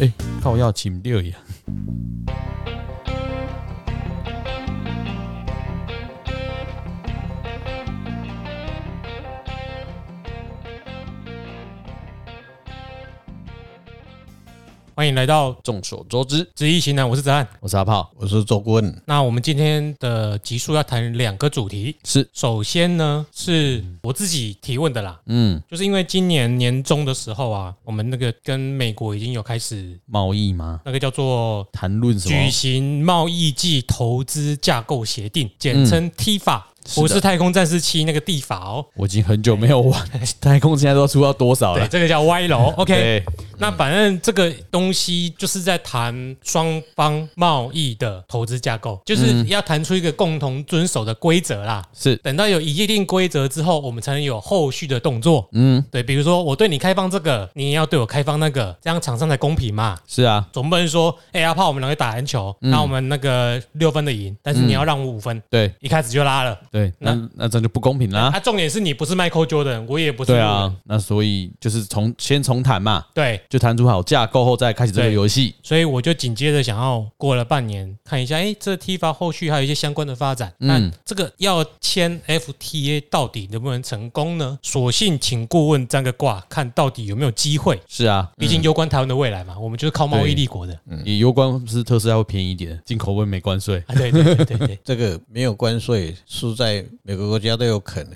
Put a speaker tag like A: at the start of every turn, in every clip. A: 哎、靠要请六爷。
B: 欢迎来到
A: 众所周知，
B: 知易行难，我是子安。
A: 我是阿炮，
C: 我是周棍，
B: 那我们今天的集数要谈两个主题，
A: 是
B: 首先呢是我自己提问的啦，
A: 嗯，
B: 就是因为今年年中的时候啊，我们那个跟美国已经有开始
A: 贸易吗？
B: 那个叫做
A: 谈论什么？
B: 举行贸易暨投资架构协定，简称 TIFA，、
A: 嗯是的
B: 不是太空战士七那个地法哦。
A: 我已经很久没有玩 太空，现在都出到多少
B: 对，
A: 了？
B: 这个叫歪楼。OK，
A: 对，
B: 那反正这个东西就是在谈双方贸易的投资架构，
A: 嗯
B: 就是要谈出一个共同遵守的规则啦。
A: 是，
B: 等到有一定规则之后，我们才能有后续的动作。
A: 嗯，
B: 对，比如说我对你开放这个，你也要对我开放那个，这样场上才公平嘛。
A: 是啊，
B: 总不能说，哎、阿炮，我们两个打篮球，
A: 嗯
B: 那、我们那个六分的赢，但是你要让我五分，
A: 对
B: 一开始就拉了。
A: 对，那那这样就不公平啦。
B: 啊，重点是你不是 Michael Jordan，我也不是。
A: 对啊，，那所以就是从先从谈嘛，
B: 对，
A: 就谈出好架构后再开始这个
B: 对
A: 游戏。
B: 所以我就紧接着想要过了半年看一下，哎、这 T 发后续还有一些相关的发展。
A: 嗯
B: 那这个要签 FTA 到底能不能成功呢？索性请顾问占个卦，看到底有没有机会。
C: 嗯
A: 是啊，
B: 毕竟攸关台湾的未来嘛，我们就是靠贸易立国的。
A: 也攸关是特斯拉会便宜一点，进口会没关税。
B: 啊，对对对对 对，
C: 这个没有关税是在每个国家都有可能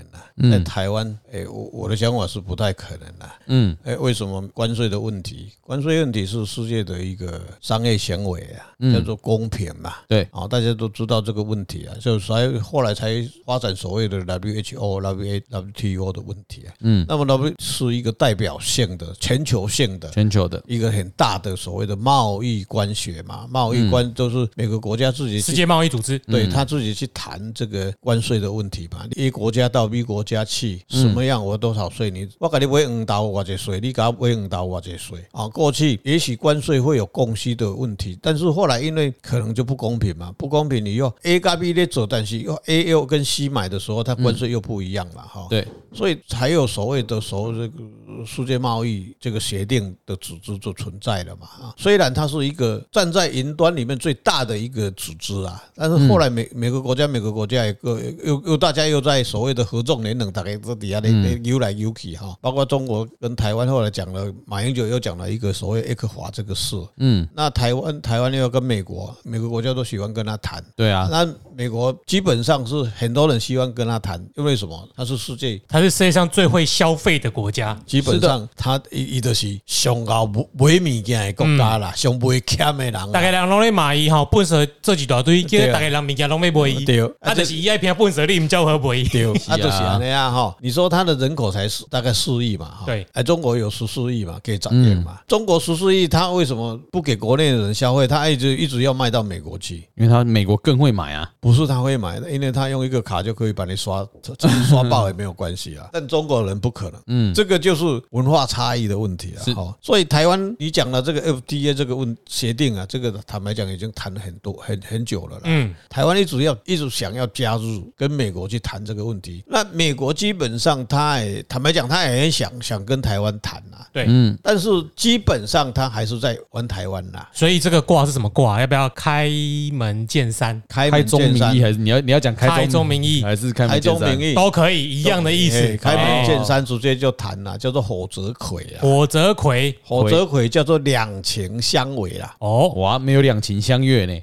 C: 的、在台湾，哎、我我的想法是不太可能的、
A: 嗯
C: 哎、为什么关税的问题？关税问题是世界的一个商业行为啊，
A: 嗯
C: 叫做公平嘛。
A: 对
C: 哦，大家都知道这个问题啊，就所以后来才发展所谓的 WHO、WA、WTO 的问题啊。
A: 嗯，
C: 那么 W 是一个代表性的、全球性的。
A: 全球的，
C: 一个很大的所谓的贸易官学嘛，贸易
A: 嗯
C: 官都是每个国家自己去
B: 世界贸易组织
C: 对他自己去谈这个关税的问题吧。A 国家到 B 国家去，什么样我多少税？你我给你买五刀我这税，你给我买五刀我这税啊。过去也许关税会有供需的问题，但是后来因为可能就不公平嘛，不公平你又 A 跟 B 在走，但是又 A 又跟 C 买的时候，它关税又不一样了哈。
A: 对，
C: 所以才有所谓的所谓这个世界贸易这个协定的组织就存在了嘛啊。虽然它是一个站在云端里面最大的一个组织啊，但是后来每每个国家每个国家也各又又大家又在所谓的合纵连横，大概这底下那那游来游去哈。包括中国跟台湾后来讲了，马英九又讲了一个所谓 A 克华这个事，
A: 嗯，
C: 那台湾台湾又要跟美国，每个国家都喜欢跟他谈。
A: 对啊，
C: 那美国基本上是很多人希望跟他谈，因为什么？他是世界
B: 它是世界上最会消费的国家。
C: 基本上他伊伊就是上高买物件的国家啦，上买欠的人啦
B: 大概人拢在买伊吼，本色做一大堆，叫
C: 对啊
B: 大概人物件拢要买伊，
C: 对啊
B: 啊，就是伊爱偏本色，你毋叫何买伊。
C: 对，
A: 是啊
C: 啊，就是安尼啊哈。你说他的人口才是大概四亿嘛，哈，
B: 对
C: 哎，中国有十四亿嘛，可以长点嘛。中国十四亿，他为什么不给国内的人消费？他一直一直要卖到美国去，
A: 因为他美国更会买啊，
C: 不是他会买，因为他用一个卡就可以把你刷刷爆也没有关系
A: 嗯
C: 啊。但中国人不可能，嗯，这个就是文化差异的问题啊
A: 是。
C: 哦，所以台湾你讲了这个 FTA 这个问协定啊，这个坦白讲已经谈了很多很很久了啦。
B: 嗯，
C: 台湾一直要一直想要加入跟美国去谈这个问题，那美国基本上他也坦白讲，他也很想想跟台湾谈啊，
B: 对，
A: 嗯
C: 但是基本上他还是在玩台湾啦、
B: 所以这个卦是什么卦？要不要开门见山？
C: 开
A: 开
C: 门
A: 宗
C: 见
A: 明
C: 山
A: 义，还是你要你要讲
B: 开
A: 开
B: 宗
A: 宗
B: 明义
A: 还是开
C: 开
A: 门见
C: 宗
A: 山
C: 明？义，
B: 都可以一样的意思
C: 哎。开门
B: 哎
C: 见山，直接就谈了，叫做火则魁啊。
B: 哦火则魁
C: 火则魁叫做两情相违啦，
B: 哦，
A: 哇，没有两情相悦呢。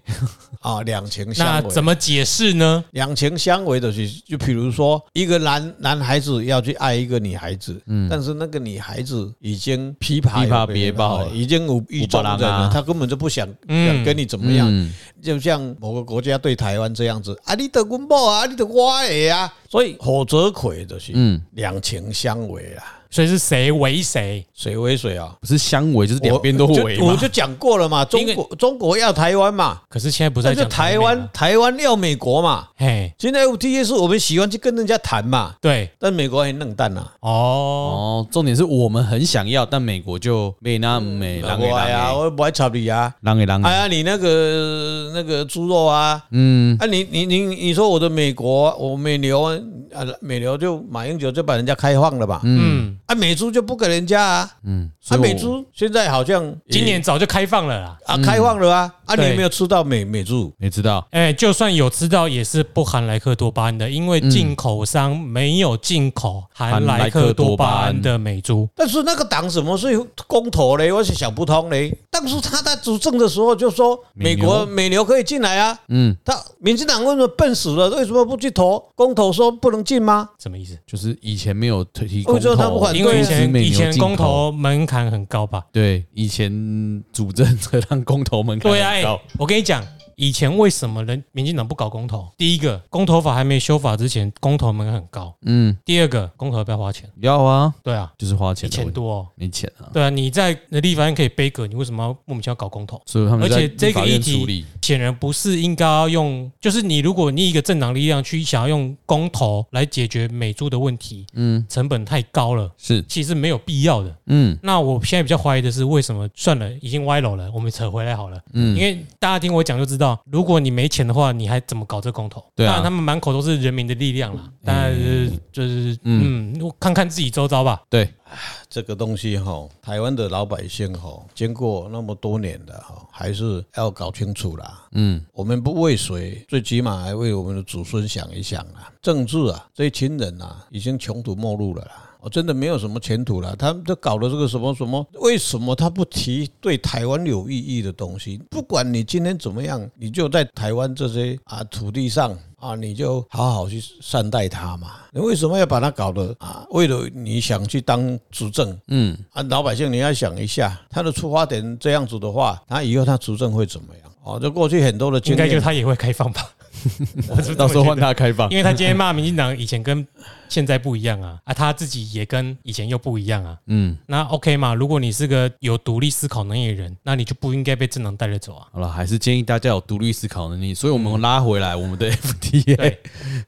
C: 啊，两情
B: 那
C: 相违。
B: 怎么解释呢？
C: 两情相违的是，就比如说一个男男孩子要去爱一个女孩子，
B: 嗯
C: 但是那个女孩子已经琵琶有
A: 琵琶
C: 别
A: 别
C: 了
A: 抱
C: 哦
A: 了
C: 已经有意中人
A: 有别人啊
C: 了，她根本就不想
B: 嗯
C: 想跟你怎么样。
A: 嗯，
C: 就像某个国家对台湾这样子，啊，你得阮某啊，你得我的啊，所以火则魁就是
A: 嗯
C: 两情相违啊，
B: 所以是谁为谁？
C: 水为水啊，
A: 不是相违，就是两边都
C: 我就
A: 违
C: 我
A: 嘛。
C: 就讲过了嘛，中
B: 因为
C: 国中国要台湾嘛，
B: 可是现在不是
C: 那
B: 在讲啊
C: 就台
B: 美
C: 湾
B: 吗，
C: 台湾要美国嘛。
B: 嘿，
C: 现在 FTA 是我们喜欢去跟人家谈嘛，
B: 对，
C: 但美国很冷淡呐、啊。
B: 哦，
A: 哦，重点是我们很想要，但美国就没那没让给
C: 我
A: 让
C: 呀，
A: 给
C: 我不爱插你啊！
A: 让给让
C: 哎
A: 给。
C: 呀，你那个那个猪肉啊，
A: 嗯，
C: 啊你你你你说我的美国，我美牛啊，啊，美国就马英九就把人家开放了嘛，
B: 嗯，
C: 啊，美猪就不给人家啊，
A: 嗯，
C: 啊，
A: 所以我
C: 美猪现在好像也
B: 今年早就开放了啦。
C: 啊开放了啊，啊，你
B: 对
C: 有没有吃到美美猪？
A: 你知道，
B: 哎、就算有吃到，也是不含莱克多巴胺的，因为进口商没有进口含莱克多巴胺的美猪。
C: 但是那个党什么是公投嘞？我是想不通嘞。当初他在执政的时候就说
A: 美
C: 美
A: 牛
C: 国美牛可以进来啊，
A: 嗯，
C: 他民进党为什么笨死了？为什么不去投公投说不能进吗？
B: 什么意思？
A: 就是以前没有推提公
C: 欧洲他不
A: 投
C: 管，
B: 因为
A: 禁
B: 以
A: 止
B: 前
A: 美牛
B: 以前
A: 进口
B: 公投门槛很高吧？
A: 对，以前主政者让公投门槛
B: 对啊，
A: 很
B: 哎
A: 高，
B: 我跟你讲，以前为什么人民进党不搞公投？第一个，公投法还没修法之前，公投门槛很高；
A: 嗯，
B: 第二个，公投要不要花钱？
A: 要啊，
B: 对啊，
A: 就是花
B: 一
A: 钱的
B: 千
A: 问题，
B: 多哦。
A: 没钱啊，
B: 对啊，你在立法院可以背阁，你为什么要莫名其妙搞公投？
A: 所以他们
B: 而
A: 就
B: 且
A: 在
B: 这
A: 立法
B: 个议
A: 院
B: 题
A: 处理，
B: 显然不是应该要用，就是你如果你一个政党力量去想要用公投来解决美猪的问题，
A: 嗯，
B: 成本太高了，
A: 是，
B: 其实没有必要的。
A: 嗯
B: 那我现在比较怀疑的是，为什么算了，已经歪楼了，我们扯回来好了。因
A: 嗯，
B: 为大家听我讲就知道，如果你没钱的话，你还怎么搞这公投？
A: 对啊嗯
B: 当然他们满口都是人民的力量啦，当然就是就是嗯，我看看自己周遭吧。
A: 对，
C: 这个东西哈，台湾的老百姓哈，经过那么多年的哈，还是要搞清楚啦。
A: 嗯，
C: 我们不为谁，最起码还为我们的祖孙想一想啦。政治啊，这一群人啊，已经穷途末路了啦。哦，真的没有什么前途了。他们都搞了这个什么什么，为什么他不提对台湾有意义的东西？不管你今天怎么样，你就在台湾这些啊土地上啊，你就好好去善待它嘛。你为什么要把它搞得啊？为了你想去当执政，
A: 嗯，
C: 啊，老百姓你要想一下，他的出发点这样子的话，他以后他执政会怎么样？哦，就过去很多的经
B: 应该就
C: 验，
B: 他也会开 放吧，
A: 到时候换他开放
B: 因，为他今天骂民进党以前跟现在不一样啊，啊，他自己也跟以前又不一样啊。
A: 嗯，
B: 那 OK 嘛？如果你是个有独立思考能力的人，那你就不应该被政党带着走啊。
A: 好了，还是建议大家有独立思考能力，所以我们拉回来我们 的 FTA
B: 对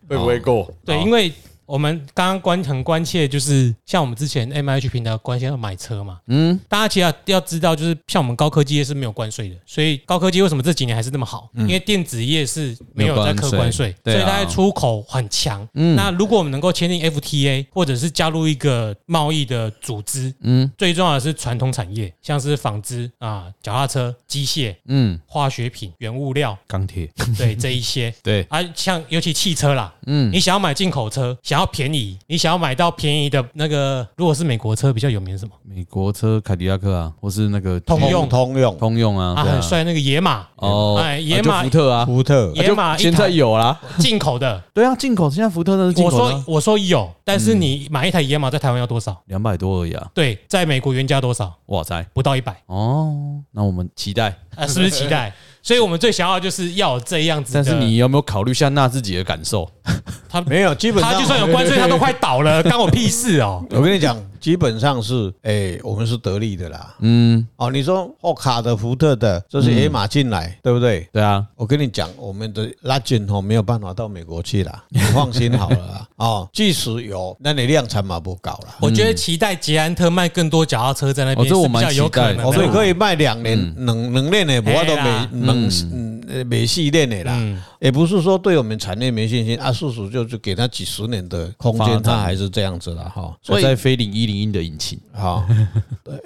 A: 会不会过？
B: 对，因为我们刚刚关很关切，就是像我们之前 M H 平台关心要买车嘛，
A: 嗯，
B: 大家其实要知道，就是像我们高科技业是没有关税的，所以高科技为什么这几年还是那么好？因为电子业是没有在课关税，
A: 嗯没有关税对啊嗯
B: 所以它的出口很强。那如果我们能够签订 FTA，或者是加入一个贸易的组织，
A: 嗯
B: 最重要的是传统产业，像是纺织啊、脚踏车、机械、
A: 嗯，
B: 化学品、原物料，
A: 钢铁，
B: 对这一些。
A: 对，
B: 啊，像尤其汽车啦，
A: 嗯
B: 你想要买进口车，想要便宜，你想要买到便宜的那个，如果是美国车比较有名是什么
A: 美国车凯迪拉克啊，或是那个
B: 通
A: 通
B: 用
C: 通用、
A: 通用啊，
B: 啊，
A: 对啊
B: 很帅那个野马，
A: 哦，
B: 哎野
A: 啊就
B: 马
A: 福特啊，
C: 福特
A: 啊
B: 野
A: 就
B: 马一
A: 现在
B: 台
A: 有啦，
B: 进口的。
A: 对啊，进口现在福特那是 进
B: 我
A: 口
B: 说
A: 的，嗯
B: 我说有，但是你买一台野马在台湾要多少？
A: 两百多而已啊，
B: 对，在美国原价多少？
A: 哇塞，
B: 不到一百
A: 哦，那我们期待，
B: 啊，是不是期待？所以我们最想要就是要有这样子的。
A: 但是你有没有考虑一下那自己的感受？
B: 他
C: 没有，基本上
B: 他就算有关税，他都快倒 了，干我屁事哦。
C: 我跟你讲，基本上是哎、我们是得利的啦。
A: 嗯，
C: 哦，你说奥卡的、福特的，这
B: 嗯
C: 是野马进来，对不对？
A: 对啊，
C: 我跟你讲，我们的拉进哦没有办法到美国去啦，你放心好了 啦。哦，即使有，那你量产嘛不搞啦。
B: 我觉得期待捷安特卖更多脚踏车在那边
A: 嗯哦这我
B: 是比
A: 蛮
B: 较有可能
A: 期待
B: 的。
A: 的
C: 我们可以卖两年，
A: 嗯
C: 能能练的，不要都
B: 嘿啦
C: 没能嗯呃没系练的啦
B: 嗯。
C: 也不是说对我们产业没信心啊，事实就是给他几十年的空
A: 发
C: 间，
A: 展
C: 他还是这样子啦。哈。
A: 我
C: 所以
A: 在飞零一零一的引擎，
C: 好，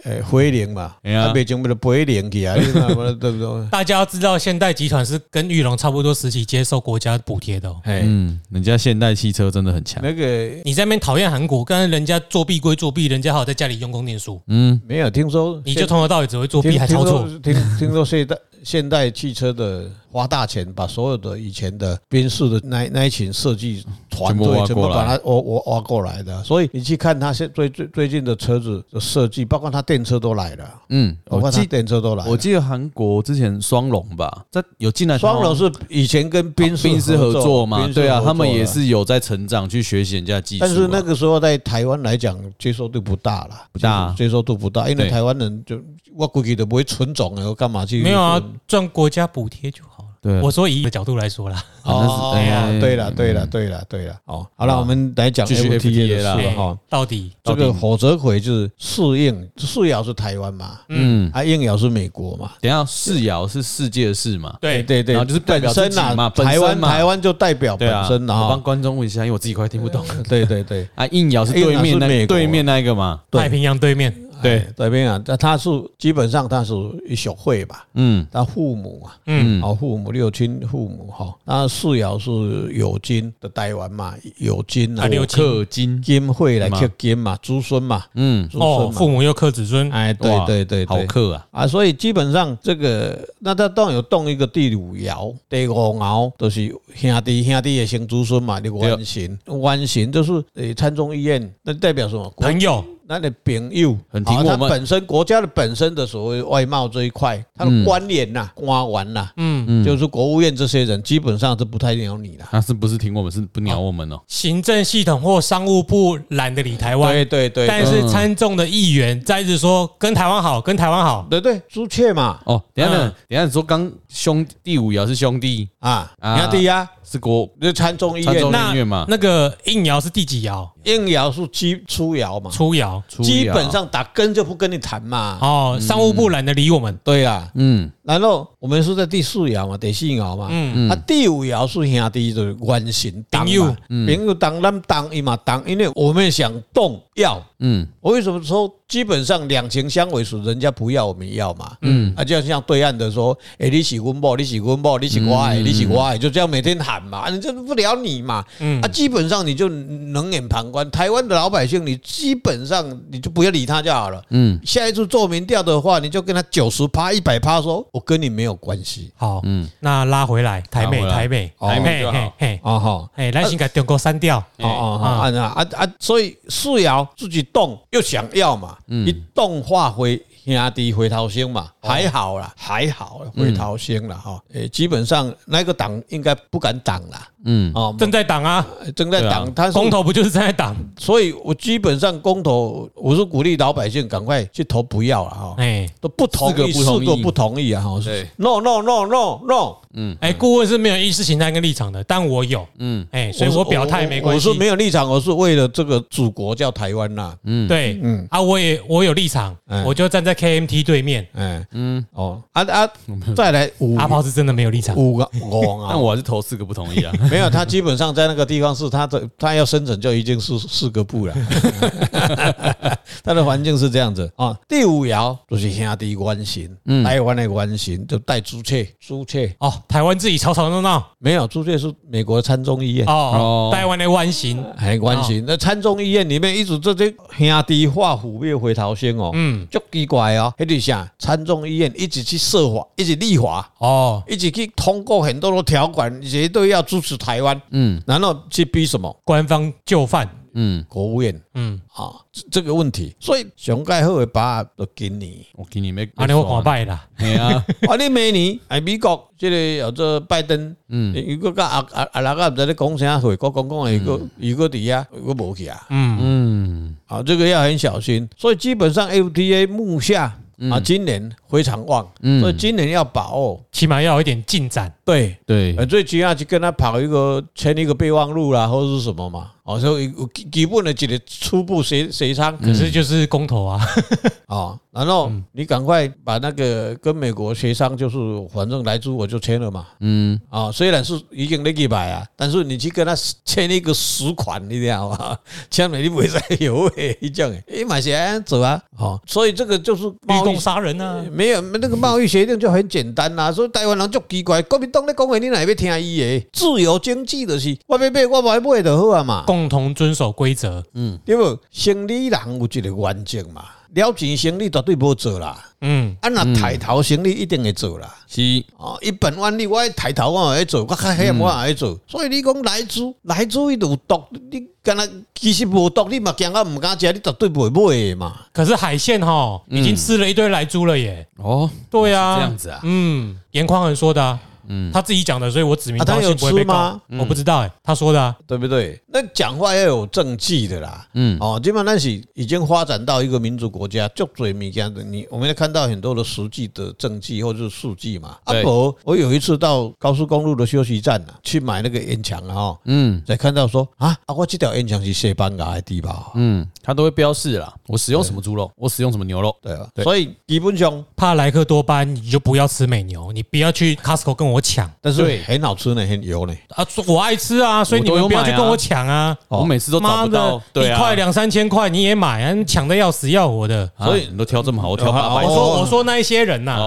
C: 诶，回零呃嘛，
A: 哎呀
C: 啊，北京不是不会零去啊，你看我们对 不对？
B: 大家要知道，现代集团是跟玉龙差不多时期接受国家补贴的、哦。
C: 哎，
A: 嗯，人家现代汽车真的很强，
C: 那个
B: 你在那边讨厌韩国，但是人家作弊归作弊，人家还有在家里用功念书，
A: 嗯，
C: 没有听说，
B: 你就从头到尾只会作弊还操作。
C: 听听说听听说现代现代汽车的花大钱，把所有的以前的宾士的那那一群设计团
A: 全部挖
C: 队，全部
A: 过来
C: 把它挖挖挖过来的。所以你去看他现最最最近的车子的设计，包括他电车都来了，
A: 嗯，
C: 包
A: 我
C: 括他
A: 记
C: 电车都来
A: 我
C: 了。
A: 记得韩国之前双龙吧，在有进来台湾
C: 双龙是以前跟宾士
A: 哦宾士合作嘛，
C: 宾士
A: 对啊，
C: 合作
A: 他们也
C: 的
A: 是有在成长去学习人家的技术啊，
C: 但是那个时候在台湾来讲，接受度不大啦，
A: 不大啊
C: 接受度不大，因
A: 对
B: 啊
C: 为台湾人就我估计都不会纯种的，我干嘛去？
B: 没有啊，赚国家补贴就好了。
A: 对，
B: 我说以的角度来说啦，
A: 反正是
C: 哦
A: 哎呀
C: 对了，对了，
A: 嗯
C: 对了，对了。哦，好了，我们来讲
A: 继续
C: FTA 的
A: FTA
C: 事
A: 啦
C: 了
B: 哎
C: 哈。
B: 到底
C: 这
A: 到
C: 个
A: 底
C: 火折葵就是四应，四爻是台湾嘛，
A: 嗯，
C: 啊，应爻是美国嘛。
A: 等一下世爻是世界是嘛？
B: 对
C: 对对
A: 然，后就是代
C: 本
A: 表
C: 身啊
A: 自己嘛本身
C: 台湾
A: 嘛
C: 台湾就代表
A: 对
C: 本
A: 啊，
C: 身了
A: 我帮
C: 哈。
A: 观众问一下，因为我自己快听不懂
C: 对对对，
A: 啊。硬爻是对
C: 硬爻是
A: 面
C: 美
A: 那
C: 国
A: 对面那一个嘛？
C: 对
B: 太平洋对面，
A: 对
C: 哎，这边啊，那他是基本上他是一小会吧，
A: 嗯
C: 他父母啊，
B: 嗯，
A: 嗯
C: 哦，父母六亲父母哈，那四爻是酉金的台湾嘛，酉金啊
B: 啊，六亲
A: 氪金，
C: 金会来克金嘛，子孙嘛，
A: 嗯，
C: 子
B: 哦，
C: 孙嘛，
B: 父母又克子孙，
C: 哎，对
A: 哇
C: 对对
A: 好
C: 对。
A: 氪啊，
C: 啊，所以基本上这个，那他当然有动一个第五爻、第五爻，都是兄弟兄弟的生子孙嘛，你
A: 对
C: 弯形，弯形就是呃参众议院，那代表什么？国
B: 朋友，
C: 那你朋友，
A: 很挺
C: 好，
A: 我
C: 它
A: 们
C: 本身国家的本身的所谓外贸这一块，它的官员呐、官员呐，
B: 嗯，
A: 嗯，
C: 就是国务院这些人，基本上是不太鸟你的。
A: 啊他是不是挺我们是不鸟我们哦？
B: 行政系统或商务部懒得理台湾，
C: 对对对，
B: 但是参众的议员再一直说跟台湾好，跟台湾好，
C: 对对，朱雀嘛，
A: 哦，等一下呢
B: 嗯，
A: 等一下你说刚兄第五爻是兄弟
C: 啊，
A: 啊
C: 兄弟呀，
A: 是国
C: 就参众议
A: 参众
C: 院，
A: 议
B: 那
A: 院嘛？
B: 那个应爻是第几爻？
C: 应爻是基初爻嘛，
B: 初爻。
A: 初爻啊
C: 基本上打根就不跟你谈嘛。
B: 哦，商务部懒得理我们，
C: 对啦，
A: 嗯
C: 然后我们是在第四爻嘛，第四爻嘛，
B: 嗯
C: 啊，第五爻是兄弟就是原型当
B: 朋友嗯
C: 嘛，朋友当咱当伊嘛当，因为我们想动要。
A: 嗯
C: 我为什么说基本上两情相违是人家不要我们要嘛？嗯，啊，就像对岸的说，哎、你喜温报，你喜温报，你喜我爱，你喜我爱，就这样每天喊嘛，啊，你这不了你嘛，
B: 嗯
C: 啊，基本上你就冷眼旁观。台湾的老百姓，你基本上你就不要理他就好了。
A: 嗯
C: 下一次做民调的话，你就跟他九十趴、一百趴说，我跟你没有关系
B: 好，
A: 嗯，
B: 那拉回来，台
A: 拉
B: 妹，
A: 回来
B: 台妹，
C: 哦台
A: 妹就好
B: 嘿嘿，
C: 啊哈。
B: 嘿，咱先给中国删掉，
C: 哦哦哦啊啊啊啊！所以四爻自己动又想要嘛，
B: 嗯
C: 一动化回兄弟回头星嘛，
B: 哦
C: 还好啦，还好啦回头星
B: 嗯
C: 啦哈。诶，基本上那个党应该不敢挡啦，
A: 嗯，
C: 哦，
B: 正在党啊，
C: 正在
A: 对啊
C: 挡，他是
B: 公投不就是正在党？
C: 所以我基本上公投，我是鼓励老百姓赶快去投不要了哈，
B: 哎
C: 都不同意，
A: 四个不同
C: 四
A: 意
C: 个不同意啊哈
A: 对
C: ，no no no no no，
B: 哎，顾问是没有意识形态跟立场的，但我有，
A: 嗯
B: 嗯，哎，所以我表态没关系
C: 我，是没有立场，我是为了这个祖国叫台湾呐，
B: 对，嗯啊，我也我有立场
C: 嗯，
B: 我就站在 KMT 对面，
C: 哎嗯哦啊啊，再来五
B: 阿炮是真的没有立场，
C: 五个五
A: 但
C: 啊。
A: 我还是投四个不同意啊。
C: 没有，他基本上在那个地方是他的，他要生存就已经是四个部了， 他的环境是这样子啊。第五爻就是兄弟关心，台湾的关心就带朱雀，朱雀
B: 哦，台湾自己吵吵闹闹，
C: 没有，朱雀是美国参众议院，
A: 哦
B: 哦，台湾的弯形，
C: 还关心。那参众议院里面一直这些兄弟化虎灭回头仙哦，
B: 嗯，
C: 就奇怪哦。迄底下参众议院一直去设法，一直立法，
B: 哦，
C: 一直去通过很多的条款，绝对要支持台湾，
A: 嗯
C: 然后去逼什么
B: 官方就范，
A: 嗯，
C: 国务院
B: 嗯，
C: 啊这这个问题。所以上盖好的把握就今 年，
A: 我给你没，
B: 安尼我看拜啦，
A: 哎呀，
C: 啊你明年哎美国这个叫做拜登。
A: 嗯
C: 伊个甲阿阿阿拉个毋知咧讲啥回国讲讲的，伊个伊个伫遐，我无去啊。
B: 嗯，
A: 嗯
C: 啊，这个要很小心。所以基本上 FTA 目下啊，今年非常旺，
A: 嗯
C: 所以今年要把握。
B: 起码要有一点进展，
C: 对，
A: 对
C: 呃，最起码就跟他跑一个签一个备忘录啦，或者是什么嘛。哦，所以有基基本的几个初步协协商
B: 可是就是公投啊，
C: 啊，然后你赶快把那个跟美国协商，就是反正来租我就签了嘛。
A: 嗯
C: 啊，虽然是已经那几百啊，但是你去跟他签一个实款，你知道吗？ 签了你不会再有 诶，你这样哎诶，诶，买安走啊，哦，所以这个就是
B: 律
C: 贸易
B: 动杀人啊，
C: 没有那个贸易协定就很简单啦、所以台湾人就奇怪，国民党咧讲话你哪要听伊诶？自由经济就是我要买我买买就好啊嘛，
B: 共同遵守规则，
C: 对不？生理人有一个原则嘛，了钱生理绝对无做啦，
B: 嗯，
C: 啊若抬头生理一定会做啦。
A: 七
C: 哦，一本万利，我要抬头我也要做，我较黑我也要做，所以你讲来猪，来猪伊有毒，你敢若其实无毒，你嘛惊到毋敢食，你绝对袂买的嘛。
B: 可是海鲜哈已经吃了一堆来猪了耶，
A: 哦，
B: 对
A: 嗯
B: 啊，
A: 这样子啊
B: 嗯，严匡衡说的啊，嗯，他自己讲的，所以我指名
C: 啊
B: 道
C: 他有
B: 姓不会被
C: 吃
B: 告
C: 吗。
A: 嗯
B: 我不知道哎，他说的啊，
C: 对不对？那讲话要有证据的啦。
A: 嗯
C: 嗯，哦，基本上是已经发展到一个民主国家，就嘴米家的你，我们也看到很多的实际的证据或者是数据嘛。阿
A: 对
C: 伯，我有一次到高速公路的休息站啊，去买那个烟枪啊，哈，
A: 嗯
C: 才看到说啊，啊，我这条烟枪是西班牙的地吧？
A: 嗯，它都会标示啦。我使用什么猪肉，我使用什么牛肉，
C: 对啊，
A: 对
C: 所以基本上，
B: 怕莱克多巴胺，你就不要吃美牛，你不要去 Costco 跟我抢
C: 但
A: 对
C: 是很好吃呢，很油呢。
B: 啊！说我爱吃啊，所以你
A: 我都
B: 们
A: 有
B: 不要去
A: 买啊
B: 跟我抢啊！
A: 我每次都找
B: 妈
A: 不到
B: 的，，
A: 对
B: 一
A: 啊，
B: 块两三千块你也买啊，你抢的要死要活的。
A: 啊，所哦以你都挑这么好，我挑八
B: 我
A: 百。
B: 说我说那一些人呐，
C: 哦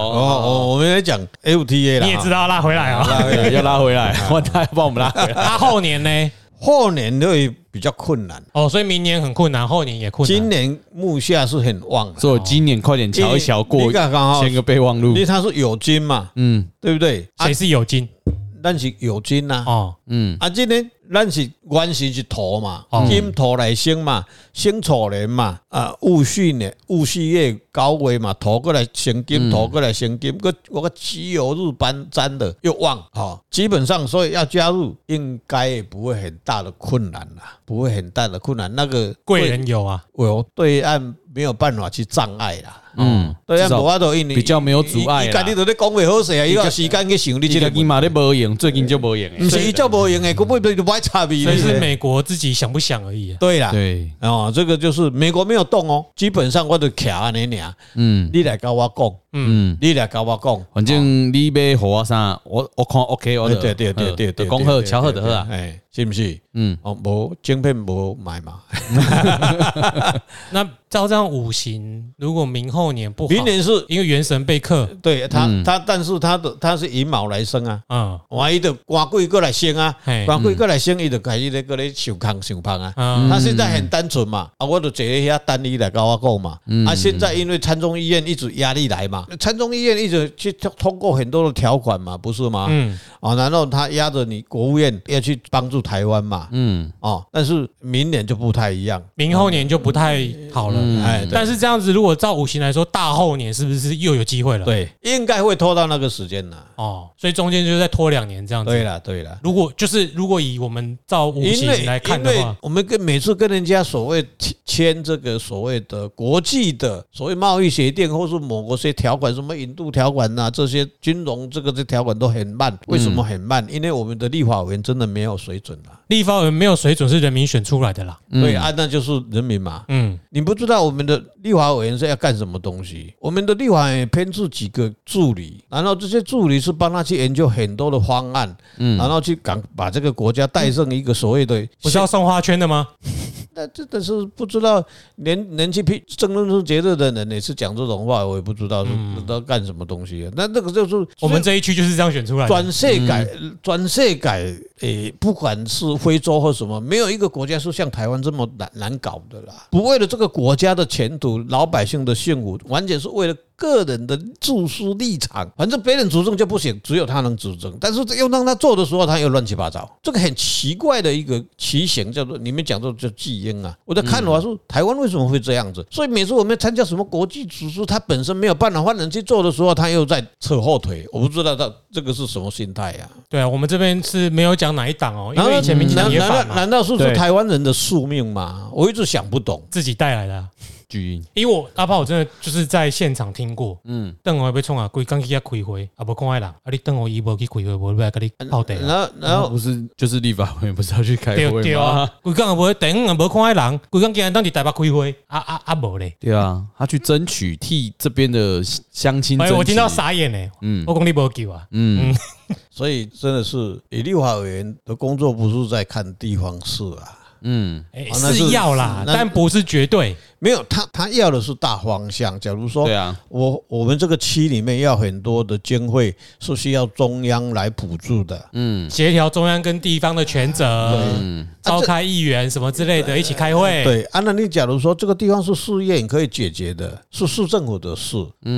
C: 哦，我们来讲 LTA 啦，
B: 你也知道拉回来啊。
A: 对要拉回来，换他要帮我们拉回来。
B: 他后年呢？
C: 后年会比较困难，
B: 哦，所以明年很困难，后年也困
C: 今
B: 难。
C: 年目下是很旺的。
A: 所以我今年快点瞧一瞧过
C: 你看看哈
A: 签个备忘录
C: 因。为它是有金嘛，
A: 嗯
C: 对不对？啊
B: 谁，是有金？
C: 咱是有金呐、啊。
B: 哦，
A: 嗯，
C: 啊，这个咱是原是是土嘛
B: 哦，
C: 金土来生嘛，生丑年嘛，啊，戊戌年、戊戌月、九月嘛，土过来生
A: 嗯
C: 金，土过来生金，个我个己酉日班占的又旺哦，基本上所以要加入，应该也不会很大的困难啦，不会很大的困难。那个
B: 贵人有啊，
C: 我对岸没有办法去障碍啦，
A: 嗯
C: 对
A: 至
C: 岸
A: 少
C: 无法度因为
A: 比较没有阻碍啦
C: 伊家己都咧讲袂好势啊，伊有时间去想你
A: 你
C: 这
A: 这个
C: 个问题
A: 伊。嘛咧无用，最近就无用
C: 唔
A: 诶。
C: 是伊做无用诶，根本就不爱插伊
B: 所以是美国自己想不想而已啊。
C: 对啦，
A: 对，
C: 哦，这个就是美国没有动哦，基本上我都徛安尼尔，
A: 嗯
C: 你来跟我讲，
A: 嗯，
C: 你来跟我讲，
A: 反正你买互我啥，我我看 OK，我
C: 哎
A: 就
C: 对对对对对，
A: 就讲好
C: 对
A: 瞧好就好啊。
C: 哎，是不是？
A: 嗯，
C: 哦，无晶片无买嘛，
B: 那照这样五行，如果明后年不好，
C: 明年是，
B: 因为元神被克，
C: 对他
A: 嗯
C: 他，但是他的他是以卯来生啊。
B: 嗯
C: 万一的官贵过来生啊
B: 嘿，
C: 官
A: 嗯
C: 贵过来生，伊就开始咧个咧想空想胖啊。
B: 嗯，
C: 他现在很单纯嘛，啊，我就坐在遐单一来跟我讲嘛，啊，现在因为参众医院一直压力来嘛，参众医院一直去通过很多的条款嘛，不是吗？
B: 嗯
C: 啊，然后他压着你国务院要去帮助台湾嘛，
A: 嗯，
C: 哦，但是明年就不太一样，
B: 明后年就不太好了。
C: 哎，
B: 但
C: 是
B: 是这样子，如果照五行来说，大后年是不是又有机会了？
C: 对，应该会拖到那个时间啦。
B: 哦，所以中间就再拖两年这样子。
C: 对啦，对啦。
B: 如果就是如果以我们照五
C: 因为
B: 行来看
C: 因
B: 的
C: 为
B: 话，
C: 我们跟每次跟人家所谓签签这个所谓的国际的所谓贸易协定，或是某个些条款，什么引渡条款呐、这些金融这个这条款都很慢。为什么很慢？
B: 嗯
C: 因为我们的立法委员真的没有水准啦。
B: 立法委员没有水准是人民选出来的啦。
C: 对啊，那就是人民嘛。
B: 嗯，
C: 你不知道我们的立法委员是要干什么东西？我们的立法委员编制几个助理，然后这些助理是帮他去研究很多的方案，
B: 嗯
C: 然后去赶把这个国家带上一个所谓的
B: 不是要送花圈的吗？
C: 那真的是不知道，连连去批争论出节日的人也是讲这种话，我也不知道是不知道干什么东西。啊那这个就是
B: 嗯我们嗯这一区就是这样选出来的。
C: 转世改，转世改，诶，不管是非洲或什么，没有一个国家是像台湾这么难难搞的啦。不为了这个国家的前途、老百姓的幸福，完全是为了个人的自私立场。反正别人执政就不行，只有他能执政。但是又让他做的时候，他又乱七八糟，这个很奇怪的一个奇形，叫做你们讲的叫基因啊。我的看法是，台湾为什么会这样子？所以每次我们参加什么国际组织，他本身没有办法换人去做的时候，他又在扯后腿。我不知道他这个是什么心态呀、
B: 对啊，我们这边是没有讲哪一档哦，因
C: 难
B: 为以前民进党也
C: 难道
B: 反嘛，
C: 难道是
A: 对
C: 说台湾人的宿命吗？我一直想不懂。
B: 自己带来的啊、
A: 巨婴，
B: 因为我阿爸我真的就是在现场听过，嗯，邓我被冲啊，规刚去遐开会，啊无看爱人，啊你邓我伊无去开会，无要甲你泡茶啊。
C: 然后，然后
A: 不是就是立法委员不是要去开
B: 对
A: 会
B: 对
A: 吗
B: 啊？，规工也无等也无看爱人，规工今日当伫台北开会，啊啊啊无咧。
A: 对啊，他去争取替这边的乡亲争
B: 哎，
A: 取。
B: 我听到傻眼呢，
A: 嗯
B: 我讲你无救啊，
A: 嗯
C: 所以真的是，以立法委员的工作不是在看地方事啊，
A: 嗯
B: 哎
C: 啊那是嗯
B: 是要啦，
C: 那
B: 但不是绝对。
C: 没有他他要的是大方向。假如说
A: 对啊，
C: 我我们这个区里面要很多的经费是需要中央来补助的，
A: 嗯
B: 协调中央跟地方的权责，
A: 嗯
B: 召开议员什么之类的，一起开会。
C: 对啊，那你假如说这个地方是市院可以解决的，是市政府的事，